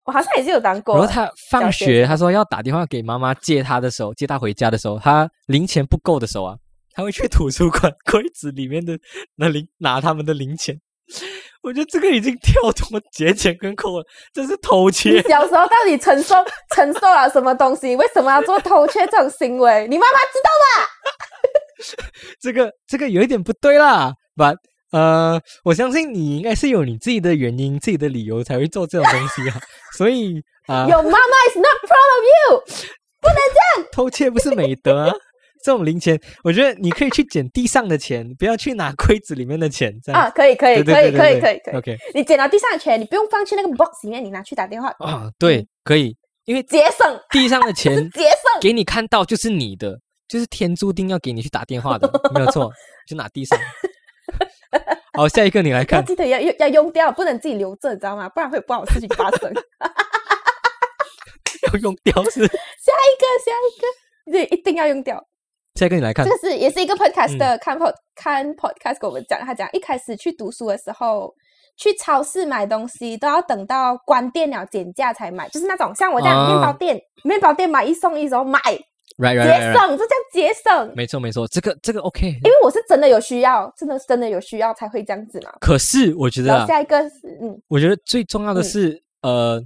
B: 我好像也是有当过。
A: 然后他放
B: 小
A: 学，他说要打电话给妈妈接他的时候，接他回家的时候，他零钱不够的时候啊，他会去图书馆柜子里面的那零拿他们的零钱。 *laughs* 我觉得这个已经跳脱节俭跟扣了，这是偷窃
B: 你。小时候到底承受 *laughs* 承受了什么东西？为什么要做偷窃这种行为？你妈妈知道
A: 这个这个有一点不对啦，but 呃，我相信你应该是有你自己的原因、自己的理由才会做这种东西啊， *laughs* 所以啊、
B: 有妈妈 is not proud of you。
A: 偷窃不是美德、啊。这种零钱，我觉得你可以去捡地上的钱，不要去拿柜子里面的钱。这样
B: 啊，可以可以
A: 对
B: 可
A: 对
B: 以
A: 对
B: 可
A: 对
B: 以可以可以，
A: ，OK
B: 你捡到地上的钱，你不用放去那个 box 里面，你拿去打电话，
A: 啊，
B: 嗯
A: 对，可以，因为
B: 节省
A: 地上的钱
B: 节省。
A: 给你看到就是你的，就是天注定要给你去打电话的，没有错，就拿
B: *laughs*
A: 地上。好，下一个你来
B: 要 *laughs*
A: 看，
B: 记得要要要用掉，不能自己留着，你知道吗？不然会有不好的事情发
A: *laughs*
B: 生。
A: 要用 *laughs* 掉是，
B: 下一个，下一个，对，一定要用掉。
A: 下一个你来看嗯
B: 这，个是也是一个 podcast 的看 pod、看 podcast 跟我们讲，他讲一开始去读书的时候，去超市买东西都要等到关店了减价才买，就是那种像我这样
A: 啊
B: 面包店，面包店买一送一时候买，
A: right right
B: 节
A: right, right。
B: 省就叫节省。
A: 没错没错，这个这个 OK。
B: 因为我是真的有需要，真的是真的有需要才会这样子嘛。
A: 可是我觉得
B: 然后
A: 啊，
B: 下一个是，嗯，
A: 我觉得最重要的
B: 嗯
A: 是，呃，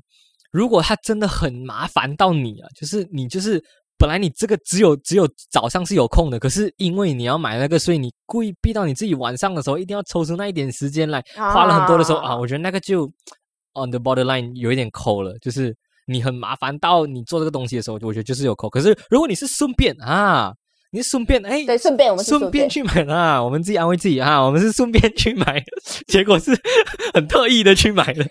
A: 如果他真的很麻烦到你啊，就是你就是本来你这个只有只有早上是有空的，可是因为你要买那个，所以你故意逼到你自己晚上的时候一定要抽出那一点时间来，花了很多的时候啊，我觉得那个就 on the borderline 有一点抠了，就是你很麻烦到你做这个东西的时候，我觉得就是有抠。可是如果你是顺便啊，你是顺便哎，
B: 对，顺便我们是
A: 顺便去买啦，我们自己安慰自己啊，我们是顺便去买，结果是 *laughs* 很特意的去买的。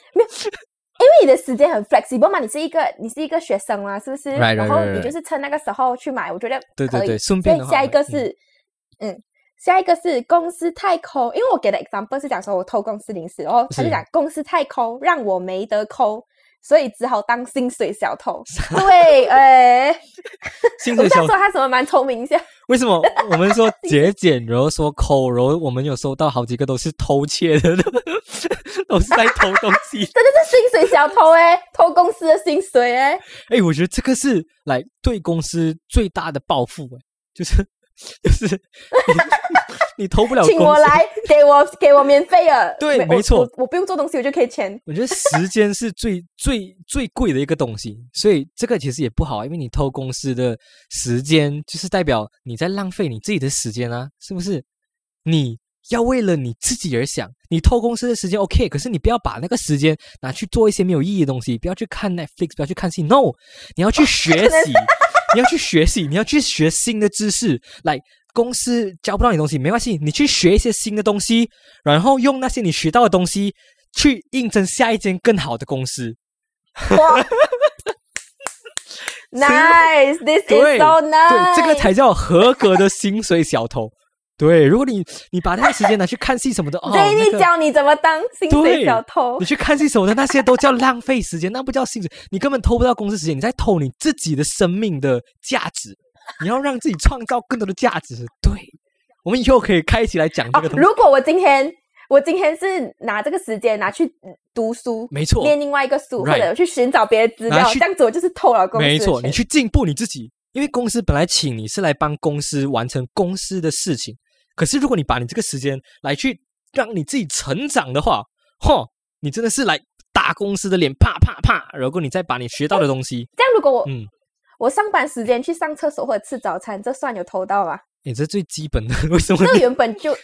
B: 因为你的时间很 flexible 嘛，你是一个你是一个学生嘛，是不是
A: Right, right,
B: 然后
A: right,
B: 你
A: right.
B: 就是趁那个时候去买，我觉得
A: 对对
B: 可以
A: 对顺
B: 所
A: 便
B: 以
A: 的话
B: 下一个
A: 嗯
B: 是，嗯下一个是公司太抠，因为我给的 example 是讲说我偷公司零食，然后他就是讲公司太抠，让我没得抠。所以只好当薪水小偷。
A: *laughs*
B: 对，哎、
A: 薪
B: 我
A: 水
B: 们
A: 小
B: 再说他怎么蛮聪明一下。
A: 为什么我们 *laughs* 说节俭，然后说抠，然后我们有收到好几个都是偷窃的， *laughs* 都是在偷东 *laughs* 西。
B: 真的是薪水小偷哎、偷公司的薪水哎、
A: 哎、我觉得这个是来对公司最大的报复、哎，就是 *laughs* 就是你 *laughs* 你偷不了
B: 请
A: 公司，
B: 我
A: *laughs*
B: 来，给我给我免费了。
A: 对
B: 我
A: 没错
B: 我我不用做东西，我就可
A: *laughs*
B: 以钱。
A: 我觉得时间是最最最贵的一个东西，所以这个其实也不好啊，因为你偷公司的时间，就是代表你在浪费你自己的时间啊，是不是？你要为了你自己而想，你偷公司的时间 OK，可是你不要把那个时间拿去做一些没有意义的东西，不要去看 Netflix，不要去看戏，No，你要去学习，你要去学习，你要去学新的知识，来。公司教不到你东西没关系，你去学一些新的东西，然后用那些你学到的东西去应征下一间更好的公司。
B: 哇
A: 对
B: ，nice，this is so
A: 对，
B: 哎 nice。 *laughs*
A: 这个才叫合格的薪水小偷。对，如果你你把那个时间拿去看戏什么的，哦，
B: 这一
A: 那
B: 定
A: 个
B: 教你怎么当薪水
A: 对
B: 小偷
A: 你。去看戏什么的，那些都叫浪费时间，那不叫薪水，你根本偷不到公司时间，你在偷你自己的生命的价值。你要让自己创造更多的价值。对，我们以后可以开起来讲这
B: 哦
A: 个，东西。
B: 如果我今天我今天是拿这个时间拿去嗯读书，
A: 没错，
B: 念另外一个书，或
A: Right
B: 者我去寻找别的资
A: 拿
B: 料，
A: 去
B: 这样子我就是偷了公司的
A: 没错，
B: 钱
A: 你去进步你自己，因为公司本来请你是来帮公司完成公司的事情，可是如果你把你这个时间来去让你自己成长的话，嚯，你真的是来打公司的脸，啪啪啪，然后你再把你学到的东西，
B: 这样如果我、
A: 嗯，
B: 我上班时间去上厕所或者吃早餐，这算有偷到吗？
A: 你这最基本的，为什么
B: 这 *laughs*
A: 你
B: 原本
A: *laughs*
B: 就，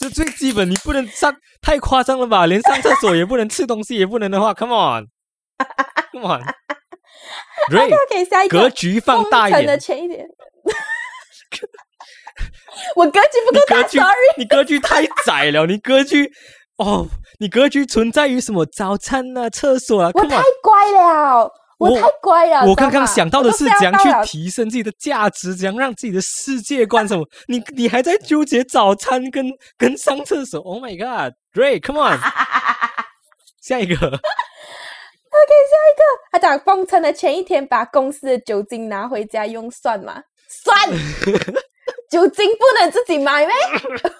A: 这最基本，你不能上太夸张了吧？连上厕所也不能，吃东西也不能的话，Come on，Come on，对
B: 可以下一个
A: 格局放大一
B: 封城的
A: 点，
B: 前一点。 *laughs* 我格局不 *laughs* 够
A: 格
B: 大
A: 局
B: ，sorry。
A: 你格局太窄了，你格局哦，你格局存在于什么早餐啊、厕所啊
B: 我
A: ，Come
B: 太
A: on。
B: 乖了，我
A: 我
B: 太乖了。
A: 我
B: 知道
A: 刚刚
B: 吗
A: 想到的是
B: 我都
A: 怎样
B: 不要到了
A: 去提升自己的价值，怎样让自己的世界观什么？你你还在纠结早餐跟跟上厕所？Oh my
B: *laughs*
A: god！Great，come on，下一个。
B: 他讲封城的前一天把公司的酒精拿回家用算吗？算，酒精不能自己买咩？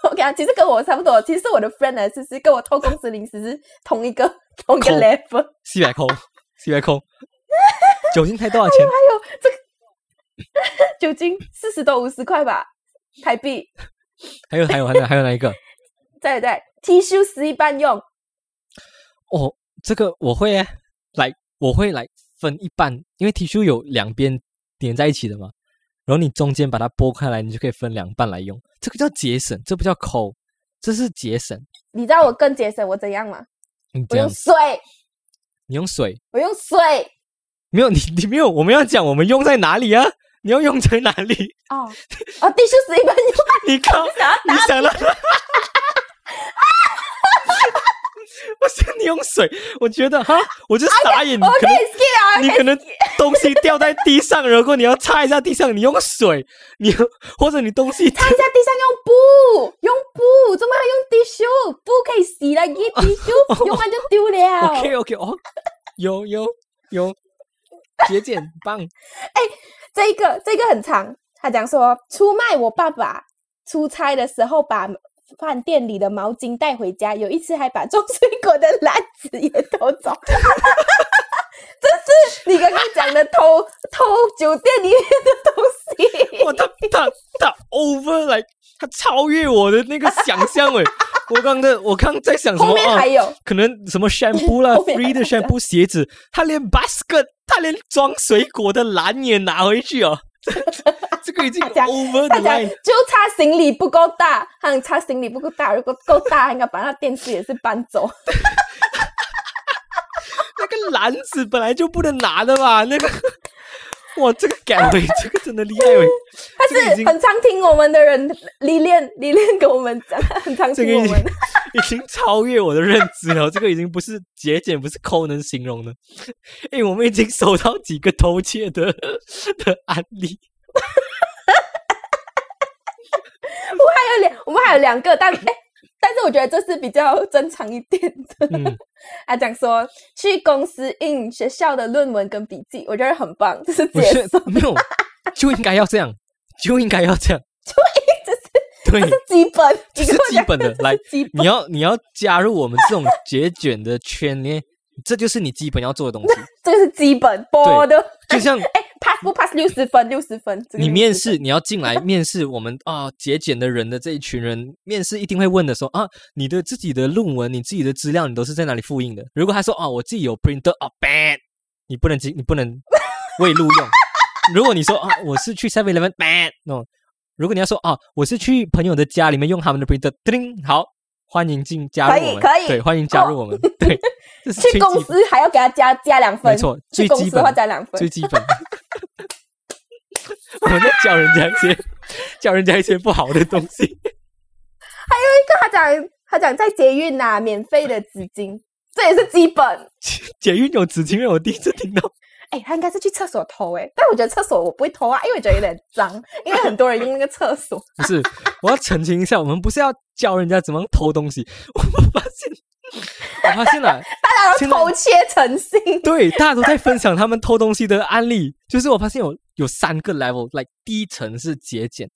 B: 我跟你讲，其实跟我差不多，其实我的 friend 啊呢，其实跟我偷公司零食是同一个同一个
A: 同
B: level。
A: 四百空，四百空，酒精才多少啊钱？
B: 还有这个酒精四十多五十块吧，台币。
A: 还有还有还有还有哪一个？
B: 再来再来，T 恤撕一半用，
A: 哦，这个我会耶来，我会来分一半，因为 T 恤有两边粘在一起的嘛，然后你中间把它剥开来，你就可以分两半来用。这个叫节省，这不叫抠，这是节省。
B: 你知道我更节省我怎样吗？
A: 你
B: 我
A: 这样
B: 用，水，
A: 你用水
B: 我用水。
A: 没有？你你没有？我们要讲我们用在哪里啊？你要用在哪里？
B: 哦哦，T 恤撕一半用，
A: 你靠！
B: 想要
A: 你想到， *laughs* 我想你用水，我觉得哈，我就傻眼。你
B: *laughs* 我
A: 可
B: 可以
A: 能
B: skip *laughs* 啊，
A: 你可能东西掉在地上，如果你要擦一下地上，你用水，你或者你东
B: *laughs*
A: 西
B: 看一下地上用布，用布，怎么要用 tissue？布可以洗
A: *laughs*
B: 了，一 tissue 用完就丢了。
A: OK OK 哦，有有有，节俭
B: *laughs*
A: 棒，
B: 这一个这一个很长，他讲说出卖我爸爸出差的时候把饭店里的毛巾带回家，有一次还把种水果的篮子也偷走。 *laughs* 这是你刚刚讲的偷偷酒店里面的东西。
A: 哇，他他他 over 来，他超越我的那个想象
B: *laughs*
A: 诶。我刚的我刚在想什么？
B: 后面
A: 哦
B: 还有，
A: 可能什么 shampoo 啦
B: *laughs* 后面
A: ，free 的
B: 还有
A: shampoo 鞋子，他连 basket，他连装水果的篮也拿回去哦。 *laughs* 这个已经
B: 大家
A: over
B: 大
A: the
B: 家
A: line，
B: 就差行李不够大，他很差行李不够大，如果够大，应该把那电视也是搬
A: *laughs*
B: 走。
A: 那个篮子本来就不能拿的吧？那个，哇，这个
B: *laughs*
A: 改为这个真的厉害
B: 哦
A: 喂！
B: 他
A: 这个已
B: 是
A: 经
B: 很常听我们的人，李炼李炼跟我们讲，他很常
A: 这
B: 听
A: 个
B: 我
A: 已经
B: 们。
A: 已经超越我的认知了，这个已经不是节俭，不是抠能形容的。哎，我们已经收到几个偷窃的的案例，
B: 我 *laughs* 还有两，我们还有两个，但哎、 *laughs* 但是我觉得这是比较正常一点的。
A: 嗯，
B: 他讲说去公司印学校的论文跟笔记，我觉得很棒，这是
A: 不
B: 解
A: 是
B: 锁，
A: 没有，就应该要这样，就应该要
B: *laughs*
A: 这样，
B: 这是
A: 对
B: 这。是基本，
A: *laughs* 这
B: 你
A: 是
B: 跟我
A: 基
B: 讲
A: 本的
B: 这是
A: 来
B: 基
A: 你
B: 本。
A: 要你要加入我们这种节俭的圈里面，这就是你基本要做的东西。
B: 这个是基本，波的。
A: 就像
B: 哎、p a s s 不 pass 六十分，六十分。这个
A: 你
B: 60
A: 面
B: 分
A: 试，你要进来面试我们啊、节俭的人的这一群人，面试一定会问的说啊，你的自己的论文、你自己的资料，你都是在哪里复印的？如果他说啊，我自己有 printer 啊，ban，你不能进，你不
B: *laughs*
A: 能未录用。如果你说啊，我是去 Seven Eleven ban，no。如果你要说啊，我是去朋友的家里面用他们的 printer，叮，好，欢迎进加入我们，
B: 可以可以
A: 对，欢迎加入我们，对，这是
B: 去
A: 最
B: 公
A: 基
B: 司还要给他加加两分，
A: 没错最
B: 去公
A: 基
B: 司
A: 本
B: 的话加两分
A: 最。基本。 *laughs* 我们在教人家一些，教人家一些不好的东西。 *laughs*
B: 他讲他讲在捷运啊呐、免费的纸巾，这也是基本。
A: 捷运有纸巾，让我第一次听到。
B: 哎、哎、他应该是去厕所偷哎、但我觉得厕所我不会偷啊，因为我觉得有点脏，因为很多人用那个厕所。
A: 不是，我要澄清一下，我们不是要教人家怎么偷东西。我发现，我发现了，
B: 大
A: *laughs*
B: 家
A: 现
B: 都
A: 在
B: 偷窃成性， *laughs*
A: 对，大家都在分享他们偷东西的案例。就是我发现有有三个 level，like 第一层是节俭，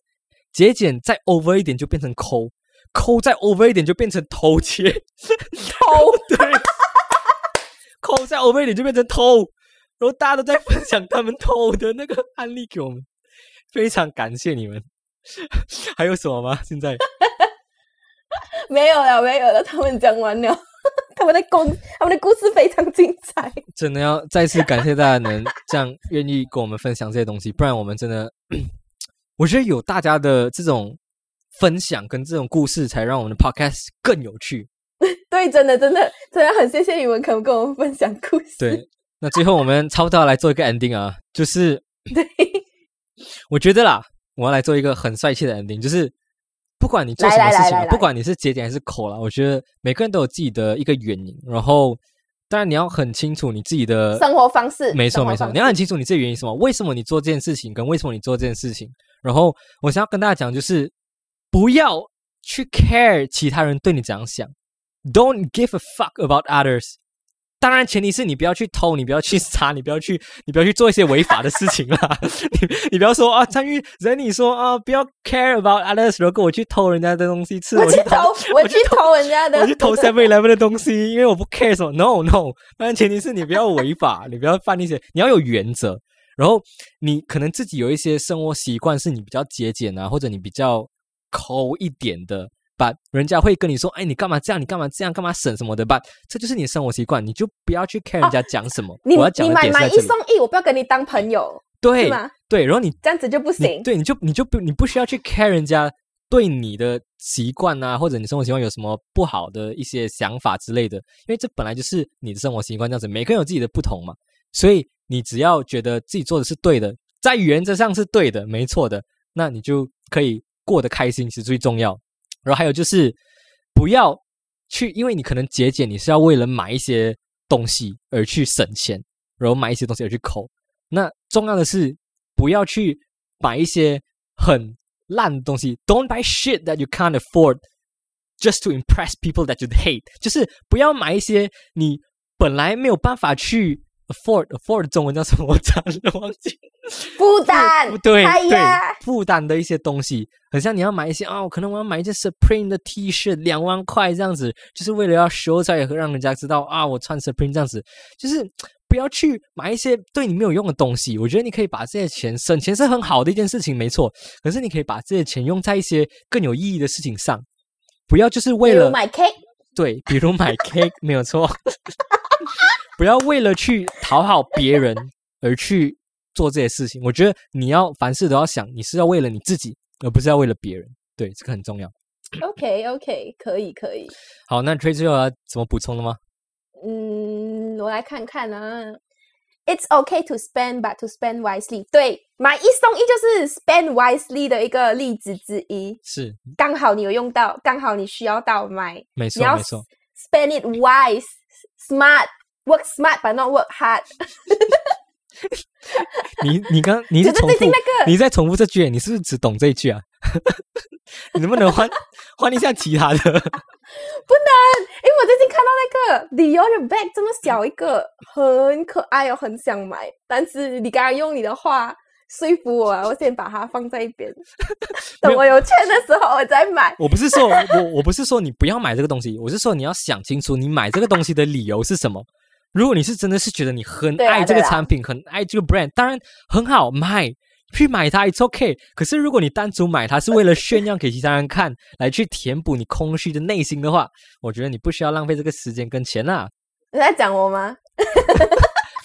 A: 节俭再 over 一点就变成抠，抠再 over 一点就变成偷窃，
B: 偷
A: *laughs* 对，抠再 over 一点就变成偷。然后大家都在分享他们偷的那个案例给我们，非常感谢你们。还有什么吗？现在？
B: 没有了，没有了，他们讲完了，他们的故他们的故事非常精彩。
A: 真的要再次感谢大家能这样愿意跟我们分享这些东西，不然我们真的， *clears throat* 我觉得有大家的这种分享跟这种故事，才让我们的 podcast 更有趣。
B: 对，真的真的真的很谢谢你们肯跟我们分享故事。 *laughs*
A: 对，那最后我们差不多要来做一个 ending 啊，就是
B: 对，
A: *laughs* 我觉得啦，我要来做一个很帅气的 ending，就是不管你做
B: 来
A: 什么
B: 来
A: 事
B: 来
A: 情啊，
B: 来来
A: 不管你是节俭还是抠啦，我觉得每个人都有自己的一个原因，然后当然你要很清楚你自己的
B: 生活方式，
A: 没错
B: 生活
A: 没错，
B: 方
A: 你要很
B: 式
A: 清楚你自己原因是什么，为什么你做这件事情，跟为什么你做这件事情。然后我想要跟大家讲，就是不要去 care 其他人对你怎样想，Don't give a fuck about others。当然，前提是你不要去偷，你不要去杀，你不要去，你不要去做一些违法的事情啦。 *laughs* 你你不要说啊，参与人你说啊，不要 care about others。如果我去偷人家的东西吃，
B: 我去
A: 去偷 *laughs*
B: 偷，我去偷人家的，
A: 我去偷 Seven Eleven 的东西，因为我不 care 什么。No No，但前提是你不要违法，你不要犯一些，你要有原则。然后你可能自己有一些生活习惯是你比较节俭啊，或者你比较抠一点的，把人家会跟你说，哎，你干嘛这样？你干嘛这样？干嘛省什么的吧？这就是你的生活习惯，你就不要去 care 人家讲什么。
B: 你
A: 我要讲
B: 啊你
A: 的点是
B: 买买
A: 在
B: 一
A: 这里哎
B: 送。一，我不要跟你当朋友，是
A: 对
B: 吗？
A: 对，然后你
B: 这样子就不
A: 你
B: 行。
A: 对，你就你就不你不需要去 care 人家对你的习惯啊，或者你生活习惯有什么不好的一些想法之类的，因为这本来就是你的生活习惯这样子，每个人有自己的不同嘛，所以你只要觉得自己做的是对的，在原则上是对的，没错的，那你就可以过得开心是最重要。然后还有就是不要去，因为你可能节俭，你是要为了买一些东西而去省钱，然后买一些东西而去抠。那重要的是不要去买一些很烂的东西，Don't buy shit that you can't afford just to impress people that you hate，就是不要买一些你本来没有办法去 afford afford 中文叫什么？我真的忘记。
B: 负担，
A: 对
B: 哎
A: 对
B: 呀，
A: 负担的一些东西，很像你要买一些啊、可能我要买一件 Supreme 的 T 恤，两万块这样子，就是为了要 show 出来，让人家知道啊，我穿 Supreme 这样子，就是不要去买一些对你没有用的东西。我觉得你可以把这些钱省钱是很好的一件事情，没错，可是你可以把这些钱用在一些更有意义的事情上，不要就是为
B: 比如
A: 了
B: 买 cake，
A: 对，比如买 cake 没有错， *laughs* 不要为了去讨好别人而去做这些事情。我觉得你要凡事都要想，你是要为了你自己，而不是要为了别人。对，这个很重要。
B: OK OK，可以可以。
A: 好，那 Trey 最后要怎么补充的吗？
B: 嗯，我来看看啊。It's okay to spend, but to spend wisely。对，买一送一就是 spend wisely 的一个例子之一。
A: 是，
B: 刚好你有用到，刚好你需要到买。
A: 没
B: 你
A: 错，
B: 要
A: 没错，
B: spend it wise, smart, work smart, but not work hard。
A: 你你刚
B: *laughs*
A: 你
B: 就是是
A: 重
B: 最
A: 复
B: 近，那个
A: 你在重复这句，你是不是只懂这一句啊？ *laughs* 你能不能换换一下其他的？
B: 不能，因哎为我最近看到那个 Dior 的 bag 这么
A: 嗯
B: 小一个，很可爱哦，很想买。但是你刚刚用你的话说服我
A: *laughs*
B: 啊，我先把它放在一边，
A: 没
B: 等
A: 有
B: 我有钱的时候我再买。
A: 我不是说我我不是说你不要买这个东西，我是说你要想清楚你买这个东西的理由是什么。如果你是真的是觉得你很
B: 对啊
A: 爱这个
B: 对啊
A: 产品，很爱这个 brand，当然很好买，去买它 it's OK。可是如果你单独买它是为了炫耀给其他人看，来去填补你空虚的内心的话，我觉得你不需要浪费这个时间跟钱啦。
B: 你在讲我吗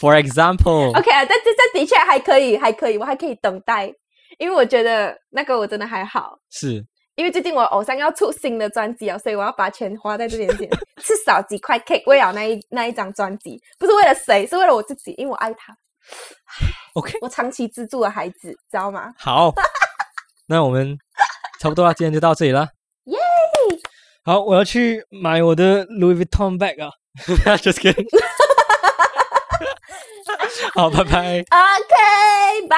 A: For example，、
B: ？OK 啊，但这这的确还可以，还可以，我还可以等待，因为我觉得那个我真的还好。
A: 是
B: 因为最近我偶像要出新的专辑啊，所以我要把钱花在这边
A: *laughs*
B: 先，至少几块 cake 为了那一那一张专辑，不是为了谁，是为了我自己，因为我爱他，
A: OK，
B: 我长期资助的孩子，知道吗？
A: 好， *laughs* 那我们差不多了，今天就到这里了。
B: 耶！
A: 好，我要去买 *laughs* 我的 Louis Vuitton bag 啊，just kidding。好，拜拜。
B: OK，拜。